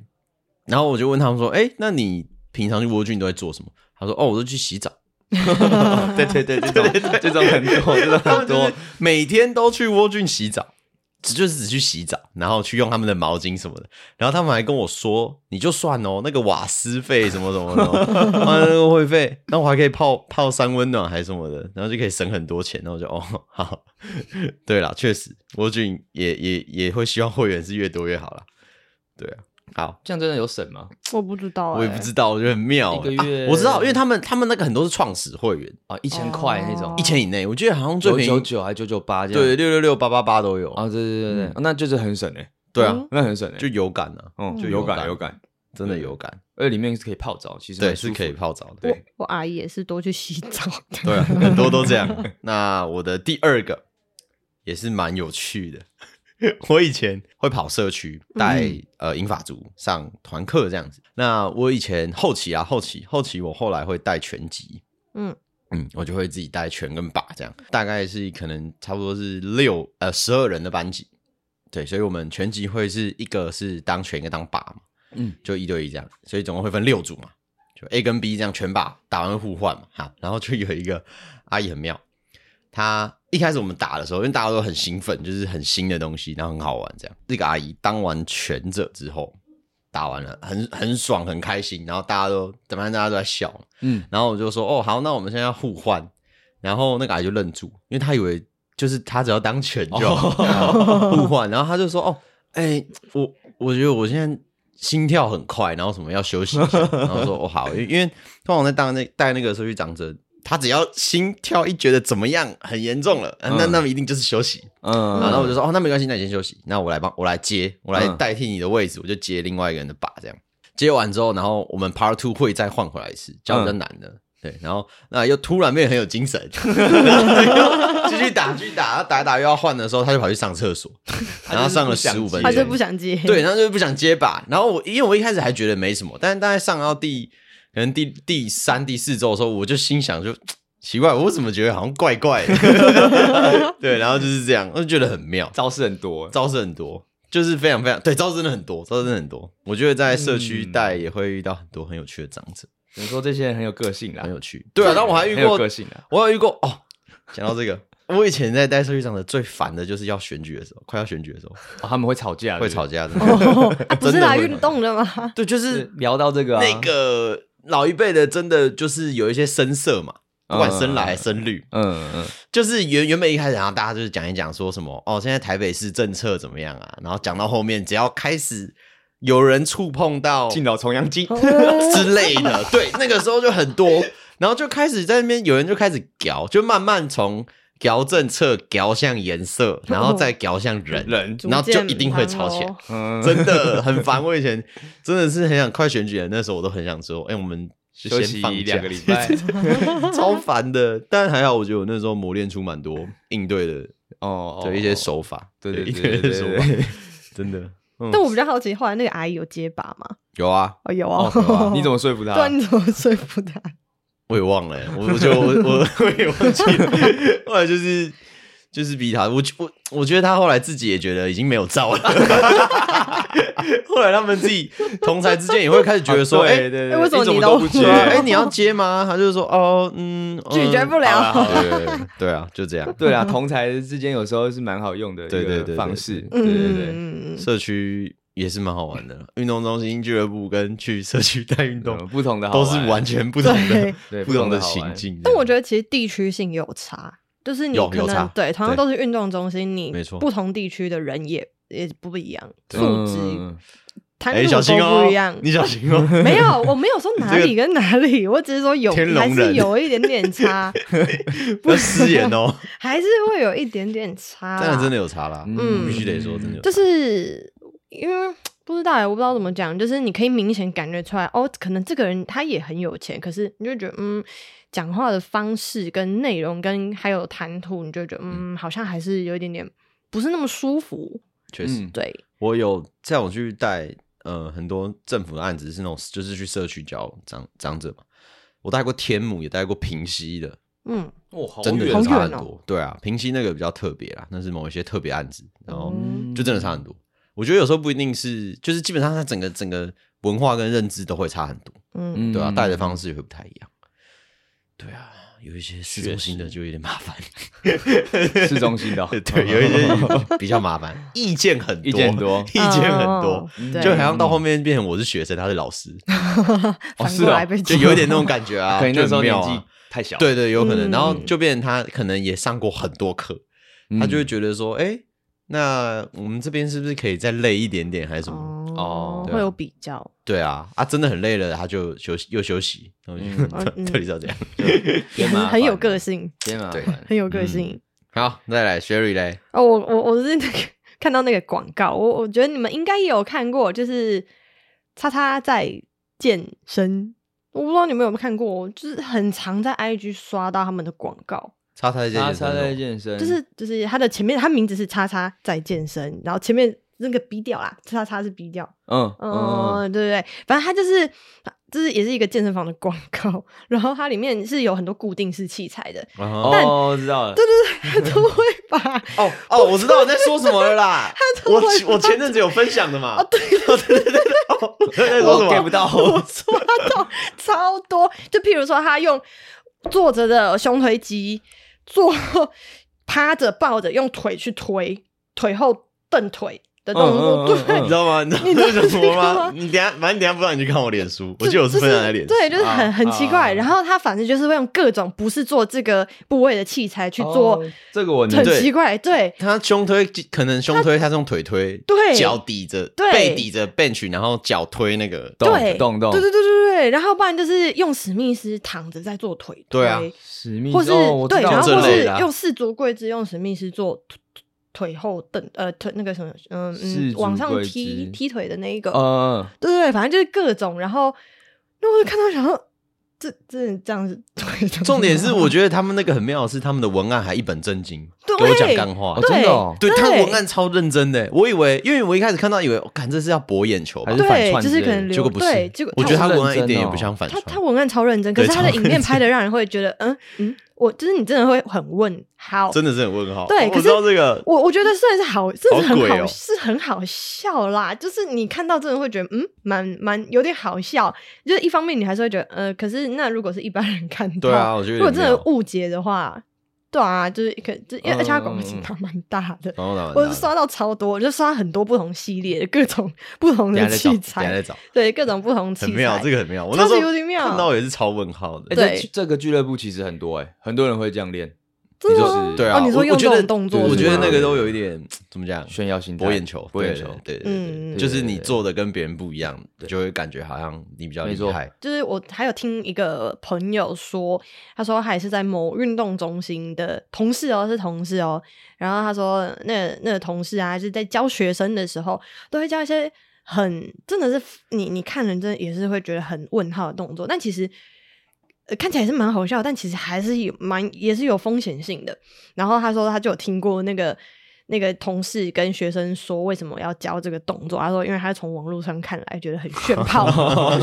Speaker 1: 然后我就问他们说，哎、那你平常去 Virgin 都在做什么？他说，哦，我都去洗澡。
Speaker 3: 对对 对，这种这种很多，这种
Speaker 1: 他们
Speaker 3: 很
Speaker 1: 就是
Speaker 3: 多，
Speaker 1: 每天都去窝菌洗澡，只就是只去洗澡，然后去用他们的毛巾什么的。然后他们还跟我说，你就算哦，那个瓦斯费什么什么的，啊，那个会费，那我还可以泡泡三温暖还是什么的，然后就可以省很多钱。然后我就哦，好，对啦，确实窝菌也也也会希望会员是越多越好啦。对啊，好。
Speaker 3: 这样真的有省吗？
Speaker 2: 我不知道、欸，
Speaker 1: 我也不知道，我觉得很妙、欸。
Speaker 3: 一个月
Speaker 1: 啊我知道，因为他们他们那个很多是创始会员，
Speaker 3: 啊，一千块那种
Speaker 2: 哦
Speaker 1: 一，千以内，我记得好像最
Speaker 3: 九
Speaker 1: 便宜
Speaker 3: 九九还九九八这样，
Speaker 1: 对，六六六八八八都有
Speaker 3: 啊，对对对对，那就是很省诶，
Speaker 1: 对啊，
Speaker 2: 嗯
Speaker 3: 那很省诶，
Speaker 1: 就有感啊，
Speaker 3: 嗯
Speaker 1: 就
Speaker 3: 有
Speaker 1: 有感
Speaker 3: 感有感，
Speaker 1: 真的有感，
Speaker 3: 而且里面是可以泡澡，其实
Speaker 1: 对，
Speaker 3: 蛮
Speaker 1: 是
Speaker 3: 舒服哦
Speaker 1: 可以
Speaker 3: 的，
Speaker 1: 泡澡的，
Speaker 3: 对
Speaker 2: 我阿姨也是多去洗澡的，
Speaker 1: 对啊，很多都这 样。那我的第二个也是蛮有趣的， 我以前会跑社区带、
Speaker 3: 嗯
Speaker 1: 呃英法族上团课这样子。那我以前后期啊，后期后期我后来会带拳击，
Speaker 2: 嗯
Speaker 1: 嗯，我就会自己带拳跟靶这样，大概是可能差不多是六呃十二人的班级，对，所以我们拳击会是一个是当拳一个当靶嘛，
Speaker 3: 嗯，
Speaker 1: 就一对一这样，所以总共会分六组嘛，就 A 跟 B 这样拳靶打完会互换嘛，好，然后就有一个阿姨很妙，她一开始我们打的时候，因为大家都很兴奋，就是很新的东西，然后很好玩这样。那个阿姨当完全者之后，打完了很很爽，很开心，然后大家都怎么样？大家都在笑嘛
Speaker 3: 嗯，
Speaker 1: 然后我就说哦好，那我们现在要互换。然后那个阿姨就愣住，因为她以为就是她只要当犬就好 互换，然后她就说哦，哎、我我觉得我现在心跳很快，然后什么要休息一 下，然后说哦好，因为因为通常在当那带那个社区长者。他只要心跳一觉得怎么样很严重了，啊那
Speaker 3: 嗯
Speaker 1: 那么一定就是休息。
Speaker 3: 嗯，
Speaker 1: 然后我就说哦，那没关系，那你先休息，那我来帮我来接，我来
Speaker 3: 嗯
Speaker 1: 代替你的位置，我就接另外一个人的把这样。接完之后，然后我们 Part Two 会再换回来一次，这样比较难的。对，然后那又突然变得很有精神，然后又继续打，继续打，然后打一打又要换的时候，他就跑去上厕所，然后上了十五分
Speaker 2: 他
Speaker 3: 他
Speaker 1: 钟
Speaker 2: 就，不想接，
Speaker 1: 对，然后就不想接吧。然后我因为我一开始还觉得没什么，但是大概上到第可能第第三、第四周的时候，我就心想就奇怪，我怎么觉得好像怪怪的？ 对，然后就是这样，我就觉得很妙，
Speaker 3: 招式很多，
Speaker 1: 招式很多，就是非常非常对，招式真的很多，招式真的很多。我觉得在社区
Speaker 3: 嗯
Speaker 1: 带也会遇到很多很有趣的长者，
Speaker 3: 你说这些人很有个性啦
Speaker 1: 很，有趣。对啊，但我还遇
Speaker 3: 很有
Speaker 1: 过
Speaker 3: 个性啊，
Speaker 1: 我有遇过哦。讲到这个，我以前在带社区长的最烦的就是要选举的时候，快要选举的时候
Speaker 3: 哦他们会吵架，
Speaker 1: 会吵
Speaker 3: 架，
Speaker 1: 架的。
Speaker 2: 哦，啊不是
Speaker 1: 真的
Speaker 2: 来
Speaker 1: 会
Speaker 2: 运动 的吗？
Speaker 1: 对，就是
Speaker 3: 是聊到这个啊
Speaker 1: 那，个老一辈的真的就是有一些深色嘛，不管深蓝还是深绿，
Speaker 3: 嗯嗯
Speaker 1: 就是原原本一开始，然后大家就是讲一讲说什么哦，现在台北市政策怎么样啊？然后讲到后面，只要开始有人触碰到
Speaker 3: 嗯，进到重阳机，
Speaker 1: 之类 的，对，那个时候就很多，然后就开始在那边有人就开始聊，就慢慢从。聊政策，聊向颜色，然后再聊向人，
Speaker 3: 人
Speaker 1: 然后就一定会吵起来。
Speaker 2: 来。
Speaker 3: 嗯，
Speaker 1: 真的很烦。我以前真的是很想快选举的，那时候我都很想说，哎、我们就
Speaker 3: 休息
Speaker 1: 先放假
Speaker 3: 两个礼 拜，
Speaker 1: 超烦的。但还好，我觉得我那时候磨练出蛮多应对的
Speaker 3: 哦，
Speaker 1: 的一些手法，
Speaker 3: 对
Speaker 1: 对
Speaker 3: 对
Speaker 1: 应对的
Speaker 3: 对对
Speaker 1: 手
Speaker 3: 对
Speaker 1: 法，
Speaker 3: 对，
Speaker 1: 真的
Speaker 2: 但我比较好奇，后来那个阿姨有结巴吗？
Speaker 1: 有啊。
Speaker 2: 哦，有
Speaker 1: 哦
Speaker 2: 啊，
Speaker 1: 有啊
Speaker 3: 你怎么说服 他
Speaker 2: 对啊，？你怎么说服他？
Speaker 1: 我也忘 了、我我就我我我也忘记了。后来就是就是逼他，我我我觉得他后来自己也觉得已经没有招了。 后来他们自己同台之间也会开始觉得说，
Speaker 3: 啊
Speaker 1: 哎、
Speaker 3: 对对对，
Speaker 2: 哎为什么
Speaker 3: 你
Speaker 2: 你
Speaker 3: 都
Speaker 2: 都
Speaker 3: 不
Speaker 2: 不
Speaker 3: 接？
Speaker 1: 对啊，哎、
Speaker 2: 哎
Speaker 1: 你要接吗？他就说，哦，嗯，
Speaker 2: 拒绝不了
Speaker 1: 好啦好啦对 对对对啊，就这样。
Speaker 3: 对啊，同台之间有时候是蛮好用的
Speaker 1: 对对
Speaker 3: 一
Speaker 1: 对
Speaker 3: 个
Speaker 1: 对
Speaker 3: 方式，
Speaker 1: 对
Speaker 3: 对对对。
Speaker 2: 嗯，
Speaker 1: 社区也是蛮好玩的，运动中心、俱乐部跟去社区带运动
Speaker 3: 嗯不同的好
Speaker 1: 都是
Speaker 3: 玩
Speaker 1: 完全不同的
Speaker 2: 对、
Speaker 3: 对
Speaker 1: 不同的情。境。
Speaker 2: 但我觉
Speaker 1: 得
Speaker 2: 得其实地区性有差，就是你
Speaker 1: 有
Speaker 2: 可
Speaker 1: 有差
Speaker 2: 能对，同
Speaker 1: 对
Speaker 2: 样都是运动中心，你
Speaker 1: 没错
Speaker 2: 不同地区的人也也不一样，
Speaker 3: 不
Speaker 2: 素
Speaker 3: 同的好玩
Speaker 2: 质、
Speaker 3: 嗯
Speaker 2: 谈
Speaker 1: 哎，
Speaker 2: 吐
Speaker 1: 小心
Speaker 2: 都
Speaker 1: 哦，
Speaker 2: 不一样。
Speaker 1: 你小心 哦。
Speaker 2: 没有，我没有说哪
Speaker 1: 你
Speaker 2: 里跟哪里，我只是说有
Speaker 1: 天龙
Speaker 2: 还是
Speaker 1: 人
Speaker 2: 有一点点差，
Speaker 1: 不要失言哦，
Speaker 2: 还是会有一点点差啦。
Speaker 1: 当然 真的有差啦，
Speaker 2: 嗯
Speaker 1: 必须得说真的有差。
Speaker 2: 就是因为不知道欸，我不知道怎么讲，就是你可以明显感觉出来，哦，可能这个人他也很有钱，可是你就觉得，嗯，讲话的方式跟内容跟还有谈吐，你就觉得，嗯，好像还是有一点点不是那么舒服。
Speaker 1: 确实，
Speaker 2: 对，
Speaker 1: 我有在我去带呃很多政府的案子是那种就是去社区教长长者嘛，我带过天母，也带过平溪的，
Speaker 2: 嗯，
Speaker 3: 哇，好
Speaker 1: 真的
Speaker 2: 好
Speaker 1: 有
Speaker 3: 远
Speaker 1: 差
Speaker 2: 远
Speaker 1: 很
Speaker 2: 哦
Speaker 1: 多。对啊，平溪那个比较特别啦，那是某一些特别案子，然后
Speaker 2: 嗯
Speaker 1: 就真的差很多。我觉得有时候不一定是，就是基本上它整个整个文化跟认知都会差很多，
Speaker 2: 嗯，
Speaker 1: 对啊，带 的方式也会不太一样。对啊，有一些市中心的就有点麻烦，，
Speaker 3: 式市中心的哦
Speaker 1: 对，有 一些比较麻烦，意见很多，
Speaker 3: 意见多
Speaker 1: 意见很多嗯
Speaker 2: 哦，对
Speaker 1: 就好像到后面变成我是学生，他是老 师，
Speaker 2: 反
Speaker 3: 是
Speaker 2: 过
Speaker 3: 哦
Speaker 2: 来被
Speaker 1: 就有一点那种感觉啊，
Speaker 3: 可能那时候
Speaker 1: 就很妙
Speaker 3: 年
Speaker 1: 啊
Speaker 3: 纪太小，
Speaker 1: 对对，有可能。
Speaker 2: 嗯
Speaker 1: 然后就变成他可能也上过很多课，
Speaker 3: 嗯，
Speaker 1: 他就会觉得说，哎、那我们这边是不是可以再累一点点，还是什么？
Speaker 3: 哦
Speaker 2: 哦，
Speaker 1: 对啊
Speaker 2: 会有比较，
Speaker 1: 对啊，啊，真的很累了，他就休息又休息，然后就、
Speaker 3: 嗯
Speaker 1: 到
Speaker 2: 嗯
Speaker 1: 到底是要这样。
Speaker 2: 也
Speaker 3: 偏
Speaker 2: 很
Speaker 3: 麻烦
Speaker 2: 很有个性，
Speaker 3: 天啊，
Speaker 1: 对
Speaker 2: 很有个
Speaker 3: 嗯
Speaker 2: 性。
Speaker 1: 好，再来 Sherry 嘞，
Speaker 2: 哦，我我我是那个 看到那个广告，我我觉得你们应该也有看过，就是叉叉在健身，我不知道你们有没有看过，就是很常在 IG 刷到他们的广告，
Speaker 1: 叉叉在健
Speaker 3: 他
Speaker 1: 身
Speaker 3: 他在健身，
Speaker 2: 就是就是他的前面，他名字是叉叉在健身，然后前面那个 B 调啦，叉叉是 B 调，
Speaker 3: 嗯嗯，
Speaker 2: 嗯，对对对，反正它就是，就是也是一个健身房的广告， 然后它里面是有很多固定式器材的，
Speaker 1: 哦
Speaker 3: 哦，我知道了，对
Speaker 2: 它 都会把
Speaker 1: 哦哦，我知道我在说什么了 啦。我我前阵子有分享的嘛。哦，对对对对，哦 我在说什
Speaker 3: 我
Speaker 1: 么
Speaker 3: get 不到，
Speaker 2: 我抓到超多，就譬如说他用坐着的胸推肌坐 趴着抱着，用腿去推，腿后蹬腿的动作，
Speaker 3: 嗯嗯嗯嗯
Speaker 2: 对
Speaker 3: 嗯
Speaker 1: 你知道吗？你知道
Speaker 2: 你知道
Speaker 1: 为什么
Speaker 2: 这个吗
Speaker 1: 吗？你等一下，反正等一下不让你去看我脸书，我记得我是分享在脸书。
Speaker 2: 对，就是很
Speaker 3: 啊
Speaker 2: 很奇怪。
Speaker 3: 啊
Speaker 2: 然后他反正就是会用各种不是做这个部位的器材去做，
Speaker 3: 哦这个我能
Speaker 2: 很
Speaker 1: 对
Speaker 2: 奇怪。对
Speaker 1: 他胸推可能胸推，他是用腿推，
Speaker 2: 对
Speaker 1: 脚抵着，
Speaker 2: 对
Speaker 1: 背抵着 bench，然后脚推那个。
Speaker 3: 懂
Speaker 2: 对
Speaker 3: 懂懂
Speaker 2: 对对对对对，然后不然就是用史密斯躺着在做腿推，
Speaker 1: 对啊
Speaker 3: 史密斯
Speaker 2: 或是、
Speaker 3: 哦我知
Speaker 2: 对，
Speaker 3: 道
Speaker 2: 然后
Speaker 1: 这
Speaker 2: 或
Speaker 1: 类
Speaker 2: 是
Speaker 1: 的啊
Speaker 2: 用四足跪姿，用史密斯做腿腿后蹬，呃，腿那个什么，嗯
Speaker 3: 四
Speaker 2: 嗯，
Speaker 3: 足
Speaker 2: 往上
Speaker 3: 跪
Speaker 2: 踢
Speaker 3: 姿
Speaker 2: 踢腿的那一个，
Speaker 3: 嗯，
Speaker 2: 对对对，反正就是各种。然后那我就看到想说，这这这样子，
Speaker 1: 重点是，我觉得他们那个很妙的是，他们的文案还一本正经
Speaker 2: 对
Speaker 1: 给我讲干话
Speaker 3: 哦，
Speaker 2: 对
Speaker 3: 真的哦
Speaker 1: 对
Speaker 2: 对
Speaker 1: 他文案超认真的，我以为，因为我一开始看到以为，我看这是要博眼球吧
Speaker 3: 还，是反
Speaker 2: 对，
Speaker 3: 串
Speaker 2: 就
Speaker 3: 之
Speaker 2: 是
Speaker 3: 类
Speaker 2: 可
Speaker 3: 的
Speaker 2: 能
Speaker 1: 结
Speaker 2: 留
Speaker 1: 果不是
Speaker 2: 对，结果，
Speaker 1: 我觉得
Speaker 2: 他
Speaker 1: 他
Speaker 3: 他
Speaker 1: 文案一点
Speaker 3: 认
Speaker 1: 也
Speaker 3: 真哦
Speaker 1: 不像反
Speaker 2: 他
Speaker 1: 串。
Speaker 2: 他文案超认真，可是
Speaker 1: 对
Speaker 2: 他的
Speaker 1: 超
Speaker 2: 影
Speaker 1: 认
Speaker 2: 片
Speaker 1: 真
Speaker 2: 拍的让人会觉得，嗯嗯，我就是你真的会很问号，
Speaker 1: 真的是很问号。
Speaker 2: 对
Speaker 1: 我
Speaker 2: 可是
Speaker 1: 知道这个，
Speaker 2: 我我觉得算是好，这是很
Speaker 1: 好
Speaker 2: 好，
Speaker 1: 鬼哦
Speaker 2: 是很好笑啦。就是你看到真的会觉得，嗯，蛮蛮有点好笑。就是一方面你还是会觉得，呃，可是那如果是一般人看到，
Speaker 1: 对啊，我觉得有
Speaker 2: 如果
Speaker 1: 点
Speaker 2: 真的
Speaker 1: 妙，
Speaker 2: 误解的话，对啊，就是可就因为
Speaker 3: 嗯
Speaker 2: 而且它广告
Speaker 3: 嗯
Speaker 2: 市
Speaker 3: 嗯
Speaker 2: 场蛮大的，
Speaker 1: 然后呢，
Speaker 2: 我是刷到超多，我就刷很多不同系列的各种不同
Speaker 1: 等一
Speaker 2: 的
Speaker 1: 下再找，
Speaker 2: 器
Speaker 1: 等一下再
Speaker 2: 材，
Speaker 1: 找，
Speaker 2: 对各种不同器材，
Speaker 1: 很妙，啊这个很妙。我那
Speaker 2: 超级
Speaker 1: 时候
Speaker 2: 有点妙
Speaker 1: 看到也是超问号的
Speaker 3: 哎，。
Speaker 2: 对
Speaker 3: 这这个俱乐部其实很多哎，很多人会这样练
Speaker 2: 真的
Speaker 3: 你
Speaker 2: 吗
Speaker 3: 就是
Speaker 1: 对
Speaker 2: 哦
Speaker 1: 啊，
Speaker 2: 你说
Speaker 1: 我
Speaker 2: 用
Speaker 1: 我觉
Speaker 2: 这
Speaker 1: 得
Speaker 2: 种动作
Speaker 1: 我觉得
Speaker 3: 是吗
Speaker 1: 那个都有一点怎么讲，
Speaker 3: 炫耀心态，
Speaker 1: 博眼球，
Speaker 3: 博眼
Speaker 1: 对
Speaker 3: 球，
Speaker 1: 对对对
Speaker 2: 嗯
Speaker 1: 对，就是你做的跟别人不一样，就会感觉好像你比较厉
Speaker 3: 没错
Speaker 1: 害。
Speaker 2: 就是我还有听一个朋友说，他说他也是在某运动中心的同事哦，是同事哦。然后他说那那个同事啊，就是在教学生的时候，都会教一些很真的是你你看人真的也是会觉得很问号的动作，但其实。呃看起来是蛮好笑，但其实还是有蛮也是有风险性的。然后他说他就有听过那个那个同事跟学生说为什么要教这个动作，他说因为他从网络上看来觉得很 炫炮，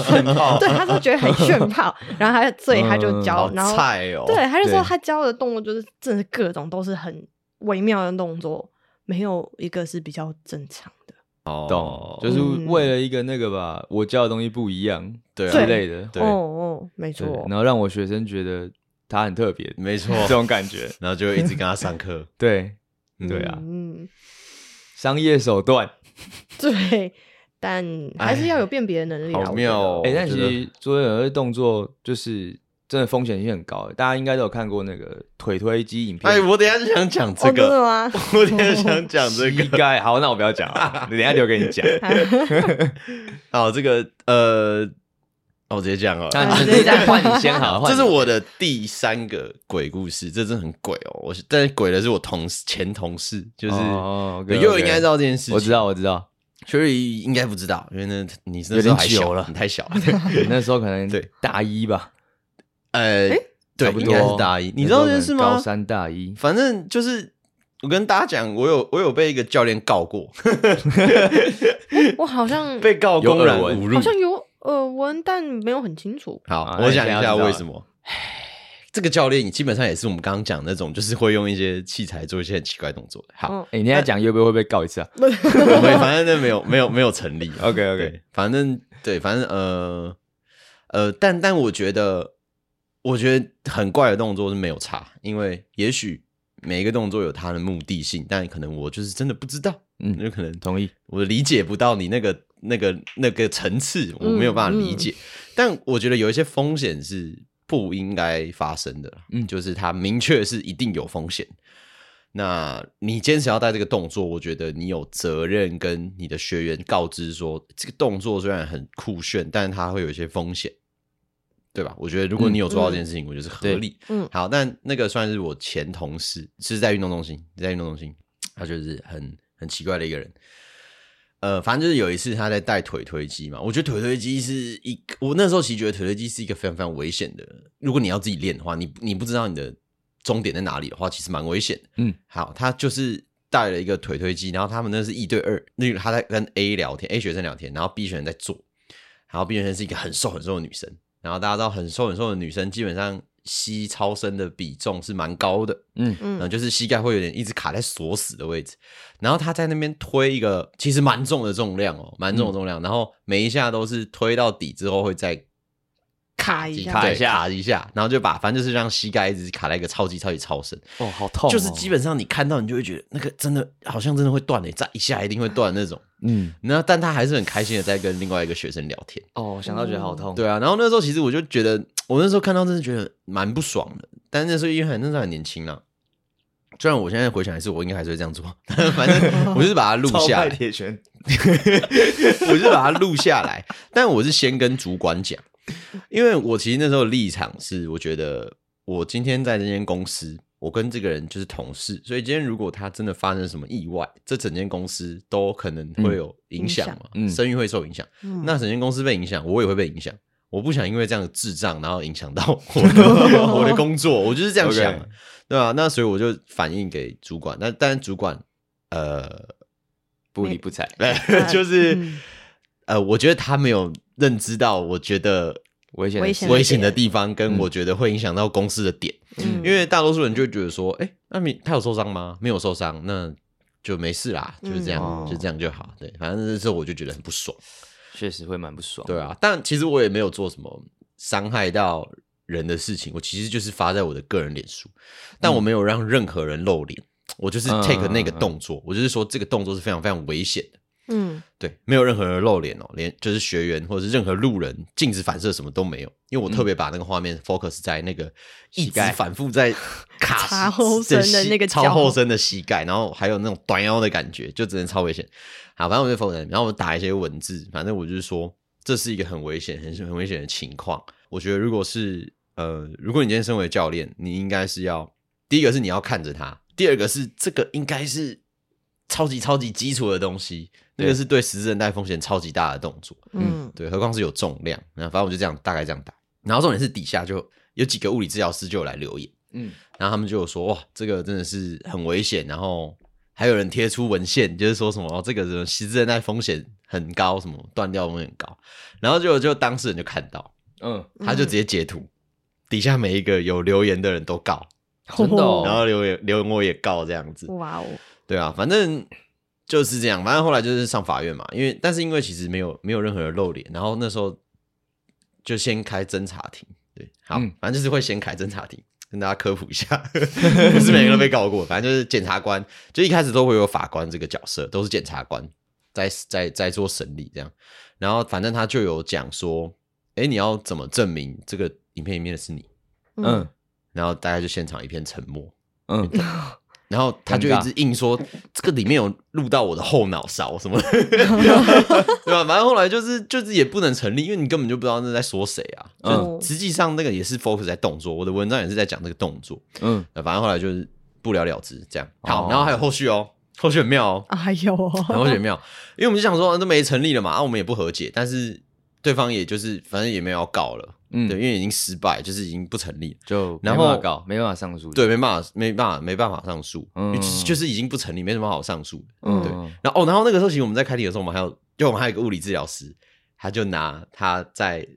Speaker 3: 炫炮
Speaker 2: 对，他说觉得很 炫炮，然后他所以他就教，
Speaker 1: 嗯好
Speaker 2: 然后
Speaker 1: 菜哦，
Speaker 2: 对，他就说
Speaker 3: 对
Speaker 2: 他教的动作就是真的是各种都是很微妙的动作，没有一个是比较正常的。
Speaker 3: 哦
Speaker 1: 懂
Speaker 3: 就是
Speaker 2: 嗯
Speaker 3: 为了一个那个吧，我教的东西不一样
Speaker 1: 对
Speaker 3: 之
Speaker 1: 啊
Speaker 3: 类的，
Speaker 1: 对
Speaker 2: 哦哦，没
Speaker 3: 对
Speaker 2: 错，
Speaker 3: 然后让我学生觉得他很特别，
Speaker 1: 没错，
Speaker 3: 这种 感觉，
Speaker 1: 然后就一直跟他上课。
Speaker 3: 对，
Speaker 1: 嗯
Speaker 3: 对啊
Speaker 2: 嗯，
Speaker 3: 商业手段。
Speaker 2: 对，但还是要有辨别能力啊。
Speaker 1: 哎好
Speaker 2: 我觉
Speaker 1: 妙
Speaker 2: 得
Speaker 1: 哦
Speaker 3: 哎、
Speaker 1: 我
Speaker 3: 但
Speaker 1: 觉
Speaker 3: 其
Speaker 1: 得
Speaker 3: 实桌游的动作就是真的风险性很高，欸大家应该都有看过那个腿推机影 片。
Speaker 1: 哎，我等一下就想讲这
Speaker 2: 哦，真的
Speaker 1: 个，
Speaker 2: 吗？
Speaker 1: 我等一下想讲这
Speaker 3: 膝
Speaker 1: 个。
Speaker 3: 盖好，那我不要讲了，等一下留给你 讲。
Speaker 1: 好，这个呃，哦，我直接讲哦。
Speaker 3: 那
Speaker 2: 啊
Speaker 3: 你
Speaker 2: 对
Speaker 3: 现在换你先好，换
Speaker 1: 这
Speaker 3: 你
Speaker 1: 是我的第三个鬼故事，这真的很鬼哦！我是，但是鬼的是我同事前同事，就是
Speaker 3: 哦，OK，
Speaker 1: 对
Speaker 3: OK
Speaker 1: 又应该知道这件事情，
Speaker 3: 我知道，我知道，
Speaker 1: Sherry 应该不知道，因为那你那时候还
Speaker 3: 有点
Speaker 1: 小
Speaker 3: 久了
Speaker 1: 你太 小了。
Speaker 3: 你那时候可能
Speaker 1: 对
Speaker 3: 大一吧，
Speaker 1: 呃，对，
Speaker 3: 差不
Speaker 1: 应
Speaker 3: 多
Speaker 1: 该是大一。你知道这件事
Speaker 3: 那时候可能
Speaker 1: 吗
Speaker 3: 高？三大一，
Speaker 1: 反正就是我跟大家讲，我有我有被一个教练告过，
Speaker 2: 我好像
Speaker 1: 被告
Speaker 3: 有
Speaker 1: 公然
Speaker 3: 耳闻
Speaker 1: 侮
Speaker 2: 好
Speaker 1: 辱。
Speaker 2: 像有耳闻，但没有很清楚。
Speaker 1: 好
Speaker 3: 啊，
Speaker 1: 我讲一下
Speaker 3: 大家知道
Speaker 1: 为什么。唉这个教练基本上也是我们刚刚讲的那种，就是会用一些器材做一些很奇怪的动作的。 好，
Speaker 2: 嗯，
Speaker 3: 哎，你现在讲会不会会被告一 次啊
Speaker 1: 我们反正那没有没有没有成立。
Speaker 3: ？OK
Speaker 1: 对
Speaker 3: OK，，
Speaker 1: 反正对，反正呃呃，但但我觉得，我觉得很怪的动作是没有差，因为也许每一个动作有它的目的性，但可能我就是真的不知道，
Speaker 3: 嗯
Speaker 1: 有可能
Speaker 3: 同意。
Speaker 1: 我理解不到你那个那个那个层次，我没有办法理解。但我觉得有一些风险是不应该发生的，
Speaker 3: 嗯
Speaker 1: 嗯，就是它明确是一定有风险。那你坚持要带这个动作，我觉得你有责任跟你的学员告知说，这个动作虽然很酷炫，但它会有一些风险，对吧？我觉得如果你有做到这件事情，我觉得是合理。
Speaker 2: 嗯
Speaker 1: 好，但那个算是我前同事，是在运动中心，在运动中心，他就是很很奇怪的一个人。呃，反正就是有一次他在带腿推机嘛，我觉得腿推机是一个，我那时候其实觉得腿推机是一个非常非常危险的。如果你要自己练的话，你你不知道你的终点在哪里的话，其实蛮危险的。
Speaker 3: 嗯，
Speaker 1: 好，他就是带了一个腿推机，然后他们那是一对二，那个他在跟 A 聊天，A 学生聊天，然后 B 学生在做，然后 B 学生是一个很瘦很瘦的女生，然后大家知道很瘦很瘦的女生基本上吸超声的比重是蛮高的，
Speaker 3: 嗯，
Speaker 1: 嗯、
Speaker 2: 嗯，
Speaker 1: 就是膝盖会有点一直卡在锁死的位置。然后他在那边推一个其实蛮嗯重的重量哦，蛮重的重量，然后每一下都是推到底之后会再卡
Speaker 2: 一
Speaker 1: 进
Speaker 2: 下
Speaker 1: 对
Speaker 4: 卡一下
Speaker 1: 卡一下，然后就把反正就是让膝盖一直卡在一个超级超级超深，
Speaker 3: 哦，好痛哦，
Speaker 1: 就是基本上你看到你就会觉得那个真的好像真的会断诶、欸，再一下一定会断的那种。
Speaker 3: 嗯，
Speaker 1: 然后但他还是很开心的在跟另外一个学生聊天。
Speaker 3: 哦，想到觉得好痛，
Speaker 1: 对啊，然后那时候其实我就觉得，我那时候看到真的觉得蛮不爽的。但那时候因为很那时候很年轻啊，虽然我现在回想一次，我应该还是会这样做。反 正我就是把它录
Speaker 3: 超
Speaker 1: 下
Speaker 3: 派
Speaker 1: 来，
Speaker 3: 铁拳，
Speaker 1: 我就是把它录下来。但我是先跟主管讲，因为我其实那时候的立场是，我觉得我今天在这间公司，我跟这个人就是同事，所以今天如果他真的发生什么意外，这整间公司都可能会有影响嘛，
Speaker 3: 嗯影响嗯
Speaker 1: 声誉会受影响。
Speaker 2: 嗯
Speaker 1: 那整间公司被影响，我也会被影响。我不想因为这样的智障，然后影响到我的 我的工作，我就是这样想的
Speaker 3: OK
Speaker 1: 对吧、那所以我就反映给主管，那但主管呃，
Speaker 3: 不理不睬，
Speaker 1: 就是、
Speaker 2: 嗯
Speaker 1: 呃，我觉得他没有认知到，我觉得
Speaker 3: 危险的
Speaker 2: 危
Speaker 3: 事
Speaker 2: 险
Speaker 1: 危险的地方，
Speaker 3: 嗯
Speaker 1: 跟我觉得会影响到公司的点，
Speaker 2: 嗯
Speaker 1: 因为大多数人就会觉得说，哎、那你他有受伤吗？没有受伤，那就没事啦，就是这样，
Speaker 3: 嗯
Speaker 1: 就这样就好。对，反正那时候我就觉得很不爽。
Speaker 3: 确实会蛮不爽，
Speaker 1: 对啊，但其实我也没有做什么伤害到人的事情，我其实就是发在我的个人脸书，但我没有让任何人露脸，我就是
Speaker 3: 嗯
Speaker 1: take
Speaker 3: 嗯
Speaker 1: 那个
Speaker 3: 嗯
Speaker 1: 动作，我就是说这个动作是非常非常危险的，
Speaker 2: 嗯
Speaker 1: 对，没有任何人露脸哦，连就是学员或者是任何路人镜子反射什么都没有，因为我特别把那个画面 focus 在那个一直
Speaker 3: 嗯盖
Speaker 1: 反复 在卡
Speaker 2: 擦
Speaker 1: 膝
Speaker 2: 后
Speaker 1: 这
Speaker 2: 身的
Speaker 1: 膝
Speaker 2: 那个
Speaker 1: 超
Speaker 2: 脚
Speaker 1: 后伸的膝盖，然后还有那种短腰的感觉，就真的超危险。好，反正我就 focus，在那边然后我打一些文字，反正我就是说这是一个很危险、很很危险的情况。我觉得如果是呃，如果你今天身为教练，你应该是要第一个是你要看着他，第二个是这个应该是超级超级基础的东西，那个
Speaker 3: 对
Speaker 1: 是对十字韧带风险超级大的动作，
Speaker 2: 嗯
Speaker 1: 对，何况是有重量。那反正我就这样大概这样打，然后重点是底下就有几个物理治疗师就有来留言，
Speaker 3: 嗯，
Speaker 1: 然后他们就有说哇，这个真的是很危险，然后。还有人贴出文献，就是说什么、哦、这个什么十字韧带风险很高，什么断掉风险很高，然后就就当事人就看到，
Speaker 3: 嗯，
Speaker 1: 他就直接截图，底下每一个有留言的人都告，
Speaker 3: 真的哦
Speaker 1: 然后留言留言我也告这样子，
Speaker 2: 哇哦，
Speaker 1: 对啊，反正就是这样，反正后来就是上法院嘛，因为但是因为其实没有没有任何人露脸，然后那时候就先开侦查庭，对，好，
Speaker 3: 嗯
Speaker 1: 反正就是会先开侦查庭。跟大家科普一下，不是每个人都被告过，反正就是检察官，就一开始都会有法官这个角色，都是检察官在在在做审理这样。然后反正他就有讲说，哎，你要怎么证明这个影片里面的是你？
Speaker 2: 哦
Speaker 3: 嗯
Speaker 1: 然后大家就现场一片沉默，
Speaker 3: 嗯，
Speaker 1: 然后他就
Speaker 3: 尴
Speaker 1: 一
Speaker 3: 尬
Speaker 1: 直硬说这个里面有录到我的后脑勺什么 的，对吧？反正后来就是就是也不能成立，因为你根本就不知道那在说谁啊。就
Speaker 2: 嗯
Speaker 1: 实际上那个也是 focus 在动作，我的文章也是在讲这个动作。
Speaker 3: 嗯，
Speaker 1: 呃反正后来就是不了了之这样。好，
Speaker 3: 哦
Speaker 1: 然后还有后续哦，后续很妙 哦，
Speaker 2: 哎呦，
Speaker 1: 然后我觉得妙，因为我们就想说啊都没成立了嘛，啊，我们也不和解，但是对方也就是反正也没有要告了，
Speaker 3: 嗯
Speaker 1: 对，因为已经失败，就是已经不成立了。
Speaker 3: 就
Speaker 1: 然
Speaker 3: 没办
Speaker 1: 后
Speaker 3: 法告，没办法上诉，
Speaker 1: 对，，没办法，没办法，没办法上诉，
Speaker 3: 嗯
Speaker 1: 就是就是已经不成立，没什么好上诉的。
Speaker 3: 嗯，
Speaker 2: 对
Speaker 3: 嗯
Speaker 1: 然后哦，然后那个时候其实我们在开庭的时候，我们还有，就我们还有一个物理治疗师，他就拿他在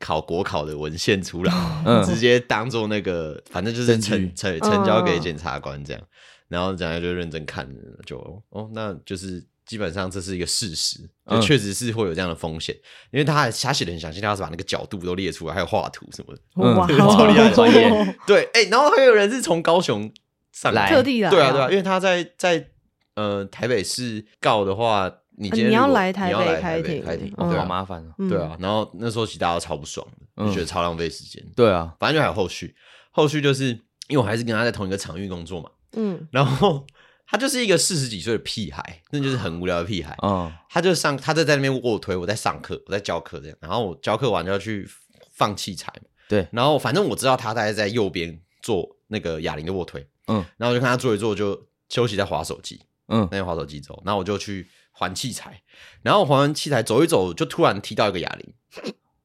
Speaker 1: 考国考的文献出来，
Speaker 3: 嗯
Speaker 1: 直接当做那个，反正就是
Speaker 3: 证据
Speaker 1: 呈呈呈交给检察官这样。然后检察官就认真看，就哦，那就是基本上这是一个事实，就
Speaker 3: 嗯
Speaker 1: 确实是会有这样的风险，因为他还他写的很详细，他是把那个角度都列出来，还有画图什么的。
Speaker 3: 嗯
Speaker 2: 哇
Speaker 1: 哇好厉害
Speaker 2: 哦，
Speaker 1: 专业对，哎、然后还有人是从高雄上来，
Speaker 3: 来特
Speaker 2: 地来
Speaker 1: 对啊，
Speaker 2: 啊
Speaker 1: 对啊，因为他在在呃台北市告的话，你今天
Speaker 2: 啊你
Speaker 1: 如
Speaker 2: 要
Speaker 1: 果
Speaker 2: 来
Speaker 1: 你
Speaker 2: 台
Speaker 1: 要
Speaker 2: 北
Speaker 1: 来
Speaker 2: 开
Speaker 1: 北
Speaker 2: 庭
Speaker 1: 开庭，
Speaker 2: 嗯
Speaker 1: 对啊，
Speaker 3: 好麻烦哦，
Speaker 2: 嗯
Speaker 1: 对啊，，然后那时候其实大家都超不爽的，就
Speaker 3: 嗯
Speaker 1: 觉得超浪费时间，
Speaker 3: 对啊，
Speaker 1: 反正就还有后续，后续就是因为我还是跟他在同一个场域工作嘛，
Speaker 2: 嗯，
Speaker 1: 然后他就是一个四十几岁的屁孩，那就是很无聊的屁
Speaker 2: 哦
Speaker 1: 孩，
Speaker 3: 嗯，
Speaker 1: 他就上，他就在那边卧推，我在上课，我在教课这样。然后我教课完就要去放器材嘛，
Speaker 3: 对
Speaker 1: 然后反正我知道他大概在右边做那个哑铃的卧推，
Speaker 3: 嗯
Speaker 1: 然后我就看他做一做就休息在划手机，
Speaker 3: 嗯，
Speaker 1: 那天划手机之后，然后我就去还器材，然后还完器材走一走，就突然踢到一个哑铃，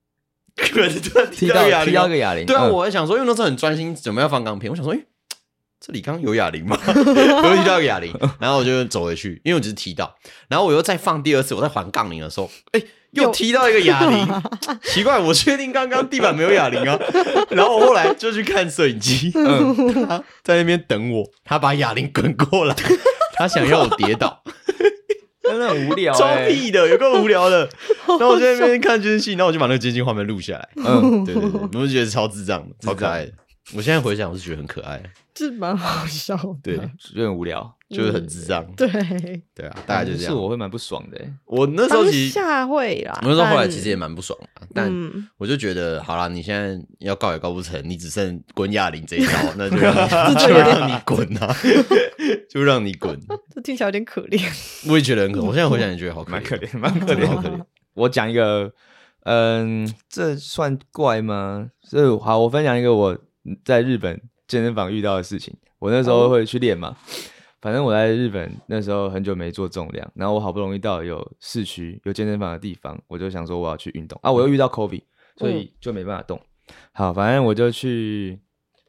Speaker 1: 突然突然
Speaker 3: 踢
Speaker 1: 到
Speaker 3: 到
Speaker 1: 一个哑铃
Speaker 3: 踢
Speaker 1: 哦，
Speaker 3: 到一个哑铃，
Speaker 1: 对啊，
Speaker 3: 嗯
Speaker 1: 我还想说，因为那时候很专心准备要放钢片，我想说，哎、这里刚刚有哑铃吗？我又踢到一个哑铃，然后我就走回去，因为我只是踢到，然后我又再放第二次，我在还杠铃的时候，哎、又
Speaker 2: 又
Speaker 1: 踢到一个哑铃，奇怪，我确定刚刚地板没有哑铃啊。然后我后来就去看摄影机，他在那边等我，他把哑铃滚过来，他想要我跌倒，
Speaker 3: 真的很无聊，
Speaker 2: 欸
Speaker 3: 欸
Speaker 1: 装，屁的，有够无聊的。然后我就在那边看军训，然后我就把那个军训画面录下来。
Speaker 3: 嗯，
Speaker 1: 对对对，我就觉得超智障的，超可爱的。我现在回想，我是觉得很可爱，
Speaker 2: 是蛮好笑的。
Speaker 1: 对，
Speaker 3: 有点无聊，
Speaker 1: 就是很智障，
Speaker 2: 对，
Speaker 1: 对啊，大概就这
Speaker 3: 是
Speaker 1: 样。
Speaker 3: 我会蛮不爽的欸。
Speaker 1: 我那时候
Speaker 2: 当
Speaker 1: 其实，
Speaker 2: 下会啦
Speaker 1: 我。那时候后来
Speaker 2: 但
Speaker 1: 其实也蛮不爽的，但
Speaker 2: 嗯
Speaker 1: 我就觉得，好啦，你现在要告也告不成，你只剩滚哑铃这一 招，那就
Speaker 2: 啊
Speaker 1: 就让你滚啊，就让你滚。啊
Speaker 2: 这听起来有点可怜。
Speaker 1: 我也觉得很可，我现在回想也觉得好
Speaker 3: 蛮可
Speaker 1: 怜，
Speaker 3: 怜，蛮可
Speaker 1: 真的
Speaker 2: 嗯
Speaker 3: 怜，
Speaker 1: 好可
Speaker 2: 哦
Speaker 1: 怜。
Speaker 3: 我讲一个，嗯，这算怪吗？这好，我分享一个我在日本健身房遇到的事情。我那时候会去练嘛，反正我在日本那时候很久没做重量，然后我好不容易到有市区有健身房的地方，我就想说我要去运动啊，我又遇到 COVID，所以就没办法动。好，反正我就去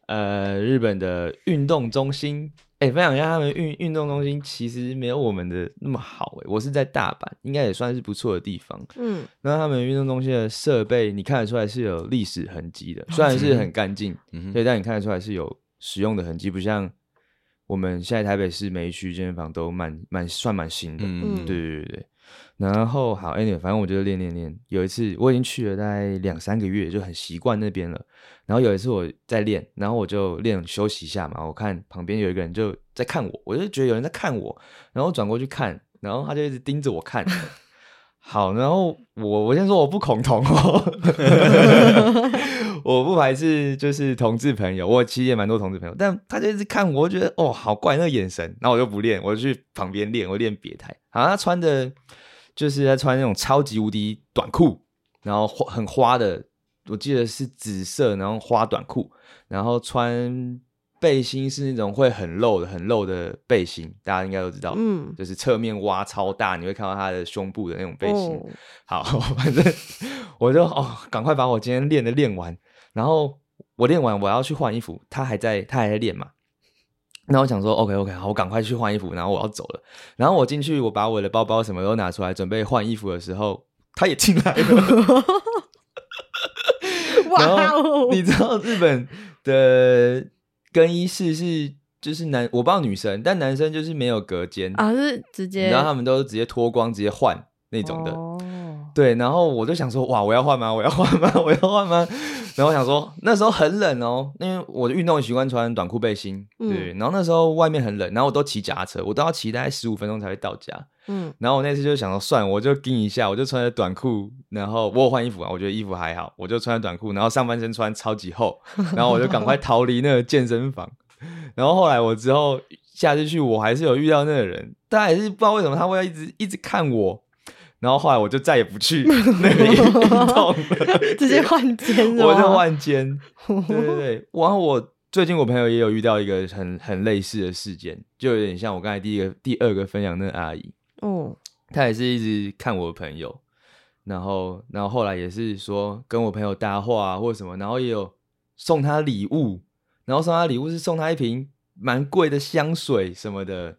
Speaker 3: 呃日本的运动中心。哎、分享一下他们运运动中心其实没有我们的那么好哎、我是在大阪，应该也算是不错的地方。
Speaker 2: 嗯，
Speaker 3: 那他们运动中心的设备，你看得出来是有历史痕迹的，虽然是很干净，
Speaker 1: 嗯哼，
Speaker 3: 对，但你看得出来是有使用的痕迹，不像我们现在台北市每一区健身房都蛮蛮算蛮新的，
Speaker 1: 嗯，
Speaker 2: 嗯
Speaker 3: 对对对对。然后好，anyway，反正我就练练练。有一次我已经去了大概两三个月，就很习惯那边了。然后有一次我在练，然后我就练休息一下嘛，我看旁边有一个人就在看我，我就觉得有人在看我，然后转过去看，然后他就一直盯着我看。好，然后我我先说我不恐同哦， 我不排斥就是同志朋友，我其实也蛮多同志朋友，但他就一直看我，我觉得哦好怪那个眼神，那我就不练，我就去旁边练，我练别台。好，他穿的就是他穿那种超级无敌短裤，然后花很花的，我记得是紫色，然后花短裤，然后穿背心是那种会很露的、很露的背心，大家应该都知道，
Speaker 2: 嗯
Speaker 3: 就是侧面挖超大，你会看到他的胸部的那种背心。
Speaker 2: 哦
Speaker 3: 好， 反正我就哦，赶快把我今天练的练完，然后我练完我要去换衣服，他还在他还在练嘛。那我想说，OK OK，好，我赶快去换衣服，然后我要走了。然后我进去，我把我的包包什么都拿出来，准备换衣服的时候，他也进来了。
Speaker 2: 哇
Speaker 3: 然
Speaker 2: 哦
Speaker 3: 后，你知道日本的更衣室是就是男，我不知道女生，但男生就是没有隔间，
Speaker 2: 啊是直接，哦
Speaker 3: 然后他们都是直接脱光直接换那
Speaker 2: 那
Speaker 3: 种的。
Speaker 2: 的，
Speaker 3: 对，然后我就想说，哇，我要换吗？我要换吗？我要换吗？然后我想说，那时候很冷哦，因为我的运动习惯穿短裤背心，
Speaker 2: 嗯
Speaker 3: 对。然后那时候外面很冷，然后我都骑脚踏车，我都要骑大概十五分钟才会到家。
Speaker 2: 嗯
Speaker 3: 然后我那次就想说，算了，我就盯一下，我就穿着短裤，然后我有换衣服啊，我觉得衣服还好，我就穿着短裤，然后上半身穿超级厚，然后我就赶快逃离那个健身房。然后后来我之后下次去，我还是有遇到那个人，但还是不知道为什么他会一直一直看我。然后后来我就再也不去那里运动了，
Speaker 2: 直接换肩是吗，
Speaker 3: 我就换间。对对对，然后我最近我朋友也有遇到一个很很类似的事件，就有点像我刚才第一个第二个分享那个阿姨，
Speaker 2: 哦，
Speaker 3: 她也是一直看我的朋友，然后然后后来也是说跟我朋友搭话、啊、或者什么，然后也有送她礼物，然后送她礼物是送她一瓶蛮贵的香水什么的。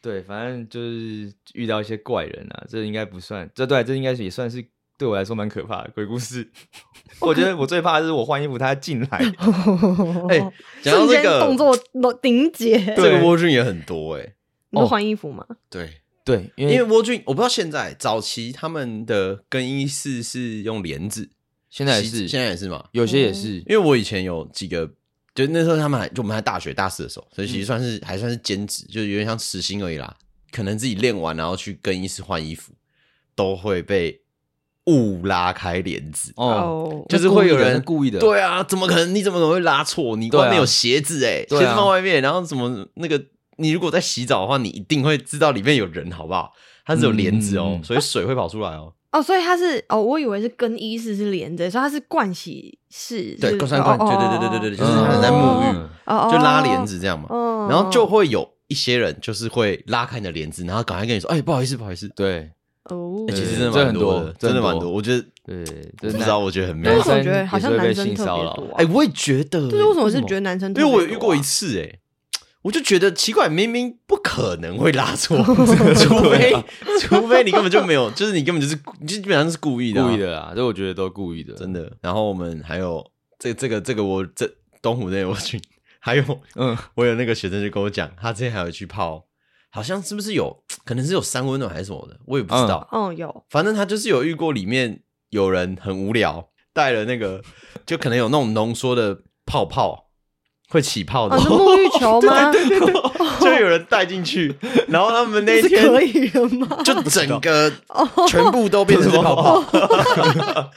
Speaker 3: 对，反正就是遇到一些怪人啊，这应该不算，这对，这应该也算是对我来说蛮可怕的鬼故事。 我觉得我最怕的是我换衣服，他进 来，
Speaker 1: 哎，讲到这
Speaker 2: 瞬间
Speaker 1: 个
Speaker 2: 动作都顶姐，
Speaker 1: 这
Speaker 3: 对
Speaker 1: 个蜗苣也很多哎，
Speaker 2: 你会换衣服吗？
Speaker 1: 对，
Speaker 3: 对，因
Speaker 1: 因
Speaker 3: 为
Speaker 1: 为蜗苣我不知道现在早期他们的更衣室是用帘子，
Speaker 3: 现在也
Speaker 1: 洗
Speaker 3: 是，
Speaker 1: 现在也哦是嘛，
Speaker 3: 有些也是，
Speaker 1: 因为我以前有几个，就那时候他们还就我们还大学大四的时候，所
Speaker 3: 嗯
Speaker 1: 以其实算是、还算是兼职，就是有点像时薪而已啦。可能自己练完然后去更衣室换衣服，都会被误拉开帘子。
Speaker 3: 哦，
Speaker 1: 就是会有人
Speaker 3: 是故意的，
Speaker 1: 对啊，怎么可能？你怎么可能会拉错？你
Speaker 3: 对啊
Speaker 1: 外面有鞋子哎、
Speaker 3: 对啊
Speaker 1: 鞋子放外面，然后怎么那个？你如果在洗澡的话，你一定会知道里面有人，好不好？它是有帘子哦，
Speaker 3: 嗯嗯嗯
Speaker 1: 所以水会跑出来哦。
Speaker 2: 哦，所以它是哦，我以为是更衣室是连着，所以它是盥洗室，
Speaker 1: 对，
Speaker 2: 是
Speaker 1: 灌三灌，
Speaker 2: 哦
Speaker 1: 对
Speaker 2: 哦
Speaker 1: 对对对对对，就
Speaker 3: 哦
Speaker 1: 是他们在沐浴，
Speaker 3: 哦
Speaker 2: 哦，
Speaker 1: 就拉帘子这样嘛。
Speaker 2: 哦，
Speaker 1: 然后就会有一些人就是会拉开你的帘子，然后赶快跟你说：“哎、不好意思，不好意思。
Speaker 3: 对
Speaker 2: 哦
Speaker 1: 欸”，其实
Speaker 3: 对
Speaker 1: 真的
Speaker 3: 这
Speaker 1: 蛮
Speaker 3: 很
Speaker 1: 多
Speaker 3: 多
Speaker 1: 的，
Speaker 3: 这
Speaker 1: 真的
Speaker 3: 很
Speaker 1: 蛮
Speaker 3: 多
Speaker 1: 多。我觉得不
Speaker 3: 对，就是
Speaker 1: 知
Speaker 3: 那
Speaker 1: 道，我觉得很妙
Speaker 2: 但
Speaker 3: 男
Speaker 2: 是。
Speaker 3: 生
Speaker 2: 我觉得好像男
Speaker 3: 也是
Speaker 2: 生
Speaker 3: 会被
Speaker 2: 特
Speaker 3: 性
Speaker 2: 别
Speaker 3: 骚扰
Speaker 2: 多啊，
Speaker 1: 哎、我也觉得、欸，
Speaker 2: 对，为什么我是
Speaker 3: 为什么
Speaker 2: 觉得男生 特
Speaker 1: 因为
Speaker 2: 别多
Speaker 1: 我
Speaker 2: 啊？
Speaker 1: 有遇过一次、哎，我就觉得奇怪，明明不可能会拉 错，除非
Speaker 3: 啊
Speaker 1: 除非你根本就没有，就是你根本就是你就基本上是故意的、啊
Speaker 3: 故意，的啦，这我觉得都故意的，
Speaker 1: 真的。然后我们还有这这个这个我这东湖那个我去，还有
Speaker 3: 嗯，
Speaker 1: 我有那个学生就跟我讲，他之前还有去泡，好像是不是有可能是有三温暖还是什么的，我也不知
Speaker 3: 嗯
Speaker 1: 道。
Speaker 2: 哦，有，
Speaker 1: 反正他就是有遇过里面有人很无聊，带了那个就可能有那种浓缩的泡泡会起泡的，
Speaker 2: 哦，是沐 浴球吗？
Speaker 1: 就有人带进去，然后他们那一
Speaker 2: 这是可
Speaker 1: 天
Speaker 2: 以哦的吗？
Speaker 1: 就整个全部都变成 泡泡，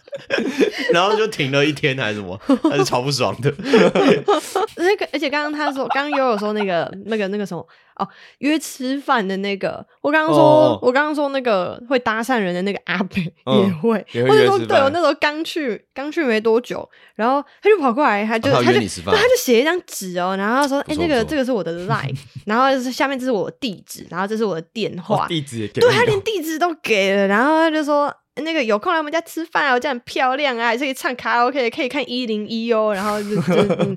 Speaker 1: 然后就停了一天还是什么，还是超不爽的。
Speaker 2: 那个，而且刚刚他说，刚刚悠悠说那个那个那个什么哦，约吃饭的那个，我刚刚说，
Speaker 3: 哦
Speaker 2: 我刚刚说那个会搭讪人的那个阿北
Speaker 3: 嗯
Speaker 2: 也会，
Speaker 3: 也会
Speaker 2: 或者
Speaker 3: 约
Speaker 2: 说
Speaker 3: 吃
Speaker 2: 对
Speaker 3: 饭
Speaker 2: 我那时候刚去刚去没多久，然后他就跑过来，他就、
Speaker 1: 哦他
Speaker 2: 他
Speaker 1: 约
Speaker 2: 就
Speaker 1: 你吃
Speaker 2: 对
Speaker 1: 饭
Speaker 2: 他就写一张纸哦，然后他说，哎、
Speaker 1: 不错
Speaker 2: 那个
Speaker 1: 不错
Speaker 2: 这个是我的 line，然后就是下面这是我的地址，然后这是我的电话，
Speaker 3: 哇啊地址也给
Speaker 2: 对
Speaker 3: 你
Speaker 2: 他
Speaker 3: 了
Speaker 2: 连地址都给了，然后他就说。那个有空来我们家吃饭啊，我家很漂亮啊，还是可以唱卡拉 OK，可以看一零一哦。然后就就嗯，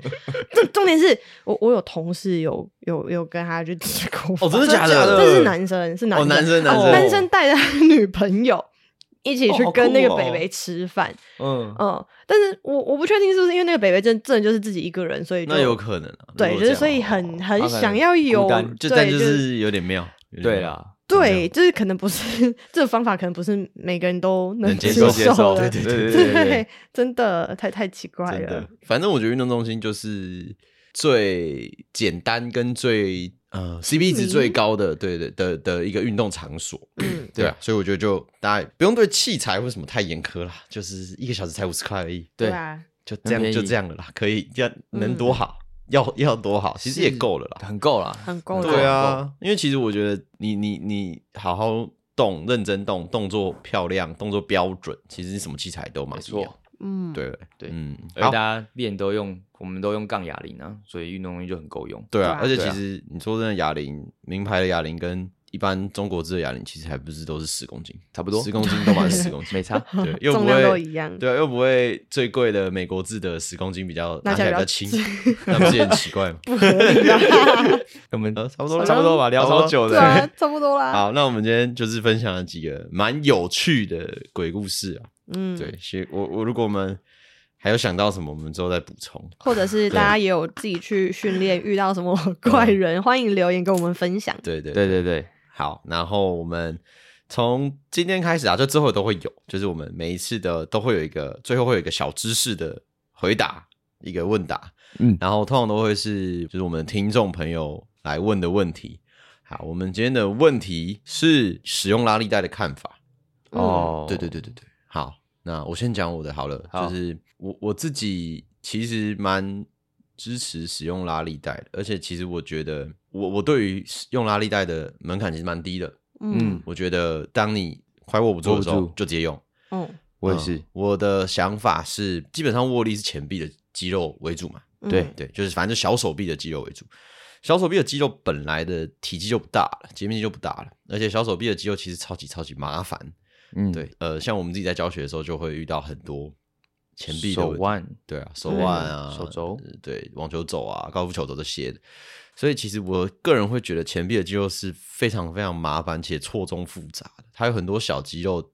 Speaker 2: 重重点是我我有同事有有有跟他去吃过饭，
Speaker 1: 哦真的假的
Speaker 2: 这这是男生，是男
Speaker 1: 哦，
Speaker 2: 生，
Speaker 1: 男生男
Speaker 2: 哦
Speaker 1: 生，
Speaker 2: 男生带着他女朋友一起去
Speaker 3: 哦好
Speaker 2: 跟那个
Speaker 3: 酷哦
Speaker 2: 北北吃饭，
Speaker 3: 嗯，
Speaker 2: 嗯，但是我我不确定是不是因为那个北北真真的就是自己一个人，所以 就
Speaker 1: 那有可能啊。
Speaker 2: 对，
Speaker 1: 如果
Speaker 2: 就
Speaker 1: 这样
Speaker 2: 是所以很很
Speaker 3: 他可能
Speaker 2: 想要有
Speaker 3: 孤单
Speaker 1: 就
Speaker 2: 对
Speaker 1: 但就是有点妙，有点
Speaker 3: 对啊
Speaker 1: 妙，
Speaker 3: 啦，
Speaker 2: 对，就是可能不是 这个方法，可能不是每个人都
Speaker 1: 能
Speaker 2: 接
Speaker 1: 接
Speaker 2: 受
Speaker 1: 受
Speaker 2: 的。
Speaker 1: 接受
Speaker 3: 对
Speaker 1: 对
Speaker 3: 对
Speaker 2: 对
Speaker 3: 对对，
Speaker 2: 真的太太奇怪
Speaker 1: 真的
Speaker 2: 了。。
Speaker 1: 反正我觉得运动中心就是最简单跟最呃 CP 值最高的，对对的的一个运动场所。
Speaker 2: 嗯，
Speaker 1: 对啊，所以我觉得就大家不用对器材或什么太严苛啦，就是一个小时才五十块而已，
Speaker 3: 对
Speaker 2: 啊，
Speaker 1: 就这样
Speaker 3: 很便宜嗯
Speaker 1: 就这样了啦，可以这样能多好，要要多好，其实也够了啦。
Speaker 3: 很够啦，
Speaker 2: 很够啦
Speaker 1: 对啊，因为其实我觉得你你你好好动，认真动，动作漂亮，动作标准，其实什么器材都蛮
Speaker 3: 没
Speaker 1: 一样
Speaker 3: 错。。
Speaker 2: 嗯，
Speaker 1: 对对
Speaker 3: 对
Speaker 1: 嗯，
Speaker 3: 而
Speaker 1: 好
Speaker 3: 大家练都用，我们都用杠哑铃啊，所以运动力就很够用。
Speaker 1: 对
Speaker 2: 对
Speaker 1: 啊
Speaker 2: 啊，
Speaker 1: 而且
Speaker 3: 对
Speaker 1: 其
Speaker 3: 啊
Speaker 1: 实你说真的，哑铃名牌的哑铃跟一般中国制的哑铃其实还不是都是十公斤，
Speaker 3: 差不多
Speaker 1: 十公斤都满 十公斤，
Speaker 3: 没差，
Speaker 1: 对，又
Speaker 2: 重
Speaker 1: 不
Speaker 2: 量都
Speaker 1: 会
Speaker 2: 一样。
Speaker 1: 对啊，又不会最贵的美国制的十公斤比较
Speaker 2: 那
Speaker 1: 拿起来比较
Speaker 2: 比
Speaker 1: 轻
Speaker 2: 较，
Speaker 1: 那不是很奇怪吗？
Speaker 3: 我们
Speaker 1: 呃，差不多了，
Speaker 3: 差不多吧，聊超久
Speaker 2: 对
Speaker 3: 的。
Speaker 2: 啊，差不多啦。
Speaker 1: 好，那我们今天就是分享了几个蛮有趣的鬼故事啊。
Speaker 2: 嗯，
Speaker 1: 对，是我我如果我们还有想到什么，我们之后再补充。
Speaker 2: 或者是大家也有自己去训练，遇到什么怪人，欢迎留言跟我们分享。
Speaker 1: 对对
Speaker 3: 对对对，
Speaker 1: 好，然后我们从今天开始啊，就之后都会有，就是我们每一次的都会有一个，最后会有一个小知识的回答，一个问答，
Speaker 3: 嗯
Speaker 1: 然后通常都会是就是我们听众朋友来问的问题。好，我们今天的问题是使用拉力带的看法。
Speaker 2: 嗯，
Speaker 3: 哦，
Speaker 1: 对对对对对，好，那我先讲我的好了，
Speaker 3: 好
Speaker 1: 就是我我自己其实蛮支持使用拉力带的，而且其实我觉得我我对于使用拉力带的门槛其实蛮低的，
Speaker 2: 嗯
Speaker 3: 嗯
Speaker 1: 我觉得当你快握不住的时
Speaker 3: 握
Speaker 1: 候
Speaker 3: 不住
Speaker 1: 就直接用。
Speaker 2: 嗯
Speaker 3: 我也
Speaker 1: 嗯
Speaker 3: 是，
Speaker 1: 我的想法是基本上握力是前臂的肌肉为主嘛，
Speaker 2: 嗯，
Speaker 3: 对
Speaker 1: 对，就是反正就小手臂的肌肉为主。小手臂的肌肉本来的体积就不大了，截面积就不大了，而且小手臂的肌肉其实超级超级麻烦，
Speaker 3: 嗯，
Speaker 1: 对，呃，像我们自己在教学的时候，就会遇到很多前臂的
Speaker 3: 手
Speaker 1: 问题，
Speaker 3: 腕，
Speaker 1: 对啊，手
Speaker 2: 嗯
Speaker 1: 腕啊，
Speaker 3: 手肘
Speaker 1: 呃，对，网球肘啊，高尔夫球肘这些的。所以其实我个人会觉得前臂的肌肉是非常非常麻烦且错综复杂的，它有很多小肌肉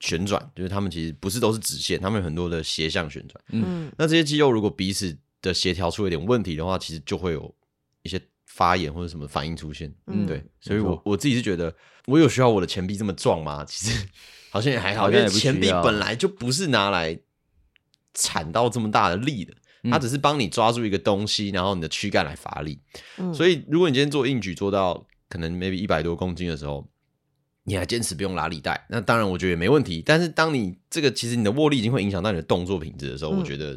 Speaker 1: 旋转，就是它们其实不是都是直线，它们有很多的斜向旋转。
Speaker 2: 嗯
Speaker 1: 那这些肌肉如果彼此的协调出一点问题的话，其实就会有一些发炎或者什么反应出现。
Speaker 2: 嗯
Speaker 1: 对，所以
Speaker 3: 没
Speaker 1: 我
Speaker 3: 错
Speaker 1: 我自己是觉得，我有需要我的前臂这么壮吗？其实好像也还好，
Speaker 3: 好
Speaker 1: 因
Speaker 3: 像
Speaker 1: 为
Speaker 3: 也不需要
Speaker 1: 前臂本来就不是拿来铲到这么大的力的，它
Speaker 3: 嗯
Speaker 1: 只是帮你抓住一个东西，然后你的躯干来发力。
Speaker 2: 嗯，
Speaker 1: 所以如果你今天做硬举做到可能 maybe 一百多公斤的时候，你还坚持不用拉力带，那当然我觉得也没问题。但是当你这个其实你的握力已经会影响到你的动作品质的时候，
Speaker 2: 嗯
Speaker 1: 我觉得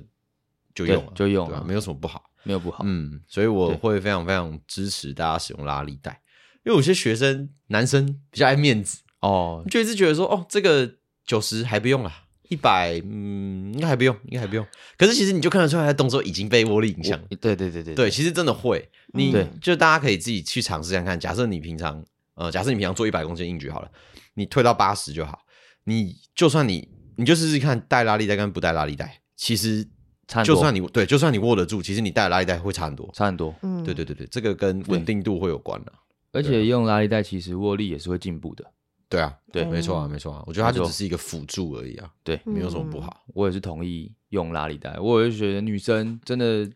Speaker 1: 就
Speaker 3: 对
Speaker 1: 用了，
Speaker 3: 就用
Speaker 1: 对吧
Speaker 3: 了
Speaker 1: 没有什么不好。
Speaker 3: 没有不好，
Speaker 1: 嗯，所以我
Speaker 3: 对
Speaker 1: 会非常非常支持大家使用拉力带，因为有些学生男生比较爱面子，
Speaker 3: 哦，
Speaker 1: 就一直觉得说哦，这个九十还不用啦。一百，嗯，应该还不用，应该还不用。可是其实你就看得出来，他的动作已经被握力影响了。
Speaker 3: 对对对对
Speaker 1: 对，，其实真的会，
Speaker 2: 嗯
Speaker 1: 你
Speaker 3: 嗯对
Speaker 1: 就大家可以自己去尝试看看。假设你平常，呃，假设你平常做一百公斤硬举好了，你退到八十就好。你就算你，你就试试看带拉力带跟不带拉力带，其实
Speaker 3: 差很
Speaker 1: 就
Speaker 3: 多
Speaker 1: 算你对，就算你握得住，其实你带拉力带会差很多。
Speaker 3: 差很多，
Speaker 2: 嗯，
Speaker 1: 对对对对，这个跟稳定度会有关啊的、
Speaker 3: 而且用拉力带其实握力也是会进步的，
Speaker 1: 对啊，
Speaker 3: 对
Speaker 1: 没错啊，没错啊，我觉得它
Speaker 3: 没
Speaker 1: 就
Speaker 3: 错
Speaker 1: 只是一个辅助而已啊，
Speaker 3: 对
Speaker 2: 嗯
Speaker 1: 没有什么不好。
Speaker 3: 我也是同意用拉力带，我也是觉得女生真的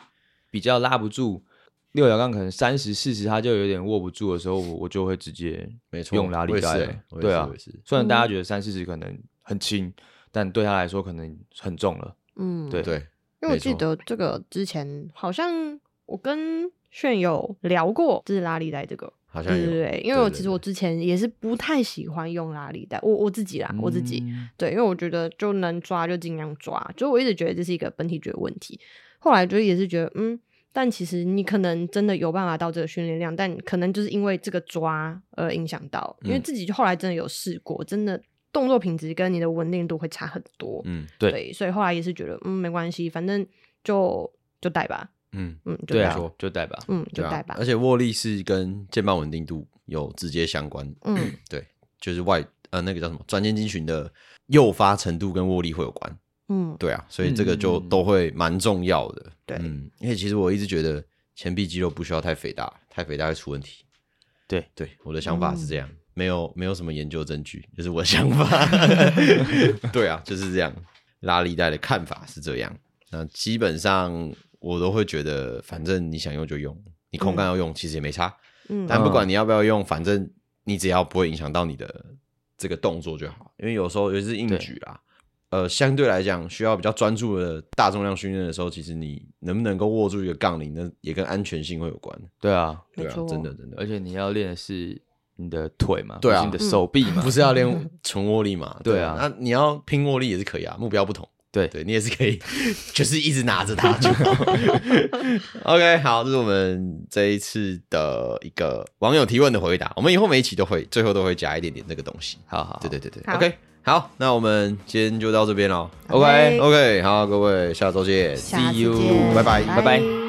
Speaker 3: 比较拉不住，六角杠可能三十四十，他就有点握不住的时候，我我就会直接
Speaker 1: 没错，
Speaker 3: 用拉力
Speaker 1: 我也是
Speaker 3: 带
Speaker 1: 欸
Speaker 3: 了。
Speaker 1: 我也
Speaker 3: 对
Speaker 1: 是
Speaker 3: 啊
Speaker 1: 我也是，
Speaker 3: 虽
Speaker 2: 嗯
Speaker 3: 然大家觉得三四十可能很轻，但对他来说可能很重了。
Speaker 2: 嗯，
Speaker 3: 对
Speaker 1: 对，
Speaker 2: 因为我
Speaker 1: 没
Speaker 2: 记
Speaker 1: 错
Speaker 2: 得这个之前好像我跟炫有聊过，就是拉力带这个，
Speaker 1: 好像
Speaker 2: 对
Speaker 1: 有
Speaker 2: 对对，因为我其实我之前也是不太喜欢用拉力带，我我自己啦，我自己
Speaker 3: 嗯
Speaker 2: 对，因为我觉得就能抓就尽量抓，就我一直觉得这是一个本体觉的问题，后来就也是觉得嗯。但其实你可能真的有办法到这个训练量，但可能就是因为这个抓而影响到，因为
Speaker 1: 嗯
Speaker 2: 自己就后来真的有试过，真的动作品质跟你的稳定度会差很多。
Speaker 1: 嗯
Speaker 3: 对
Speaker 2: 所以后来也是觉得，嗯，没关系，反正就就带吧，
Speaker 1: 嗯，
Speaker 2: 嗯，就
Speaker 3: 对
Speaker 2: 带，
Speaker 3: 啊，就带吧。
Speaker 2: 嗯，就
Speaker 1: 对
Speaker 2: 带
Speaker 1: 啊
Speaker 2: 吧，，
Speaker 1: 而且握力是跟键盘稳定度有直接相关，
Speaker 2: 嗯
Speaker 1: 对，就是外呃那个叫什么转肩肌群的诱发程度跟握力会有关，
Speaker 2: 嗯，
Speaker 1: 对啊，所以这个就
Speaker 3: 嗯
Speaker 1: 都会蛮重要的，
Speaker 2: 对
Speaker 1: 嗯，因为其实我一直觉得前臂肌肉不需要太肥大，太肥大会出问题，
Speaker 3: 对
Speaker 1: 对，我的想法是这样，没有没有什么研究证据，就是我的想法，对啊，就是这样，拉力带的看法是这样，那基本上我都会觉得，反正你想用就用，你空杆要用其实也没差，
Speaker 2: 嗯，
Speaker 1: 但不管你要不要用，反正你只要不会影响到你的这个动作就好。因为有时候尤其是硬
Speaker 3: 对
Speaker 1: 举啊，呃，相对来讲需要比较专注的大重量训练的时候，其实你能不能够握住一个杠铃，那也跟安全性会有关。
Speaker 3: 对啊，
Speaker 2: 没
Speaker 1: 对啊
Speaker 2: 错，
Speaker 1: 真的真的，
Speaker 3: 而且你要练的是你的腿嘛，
Speaker 1: 对啊
Speaker 2: 嗯
Speaker 3: 不是你的手臂嘛，
Speaker 1: 不是要练纯握力 嘛？
Speaker 3: 对啊
Speaker 1: 那你要拼握力也是可以啊，目标不同。
Speaker 3: 对
Speaker 1: 对你也是可以， 就是一直拿着它就好。OK，好，这是我们这一次的一个网友提问的回答。我们以后每一期都会，最后都会加一点点这个东西。
Speaker 3: 好好，好
Speaker 1: 对对对对
Speaker 2: 好
Speaker 1: ，OK，好，那我们今天就到这边喽。
Speaker 3: ，OK，
Speaker 2: OK
Speaker 1: OK，好，各位，下周见。
Speaker 2: 下次
Speaker 3: See you，
Speaker 2: 见
Speaker 1: 拜拜
Speaker 3: 拜拜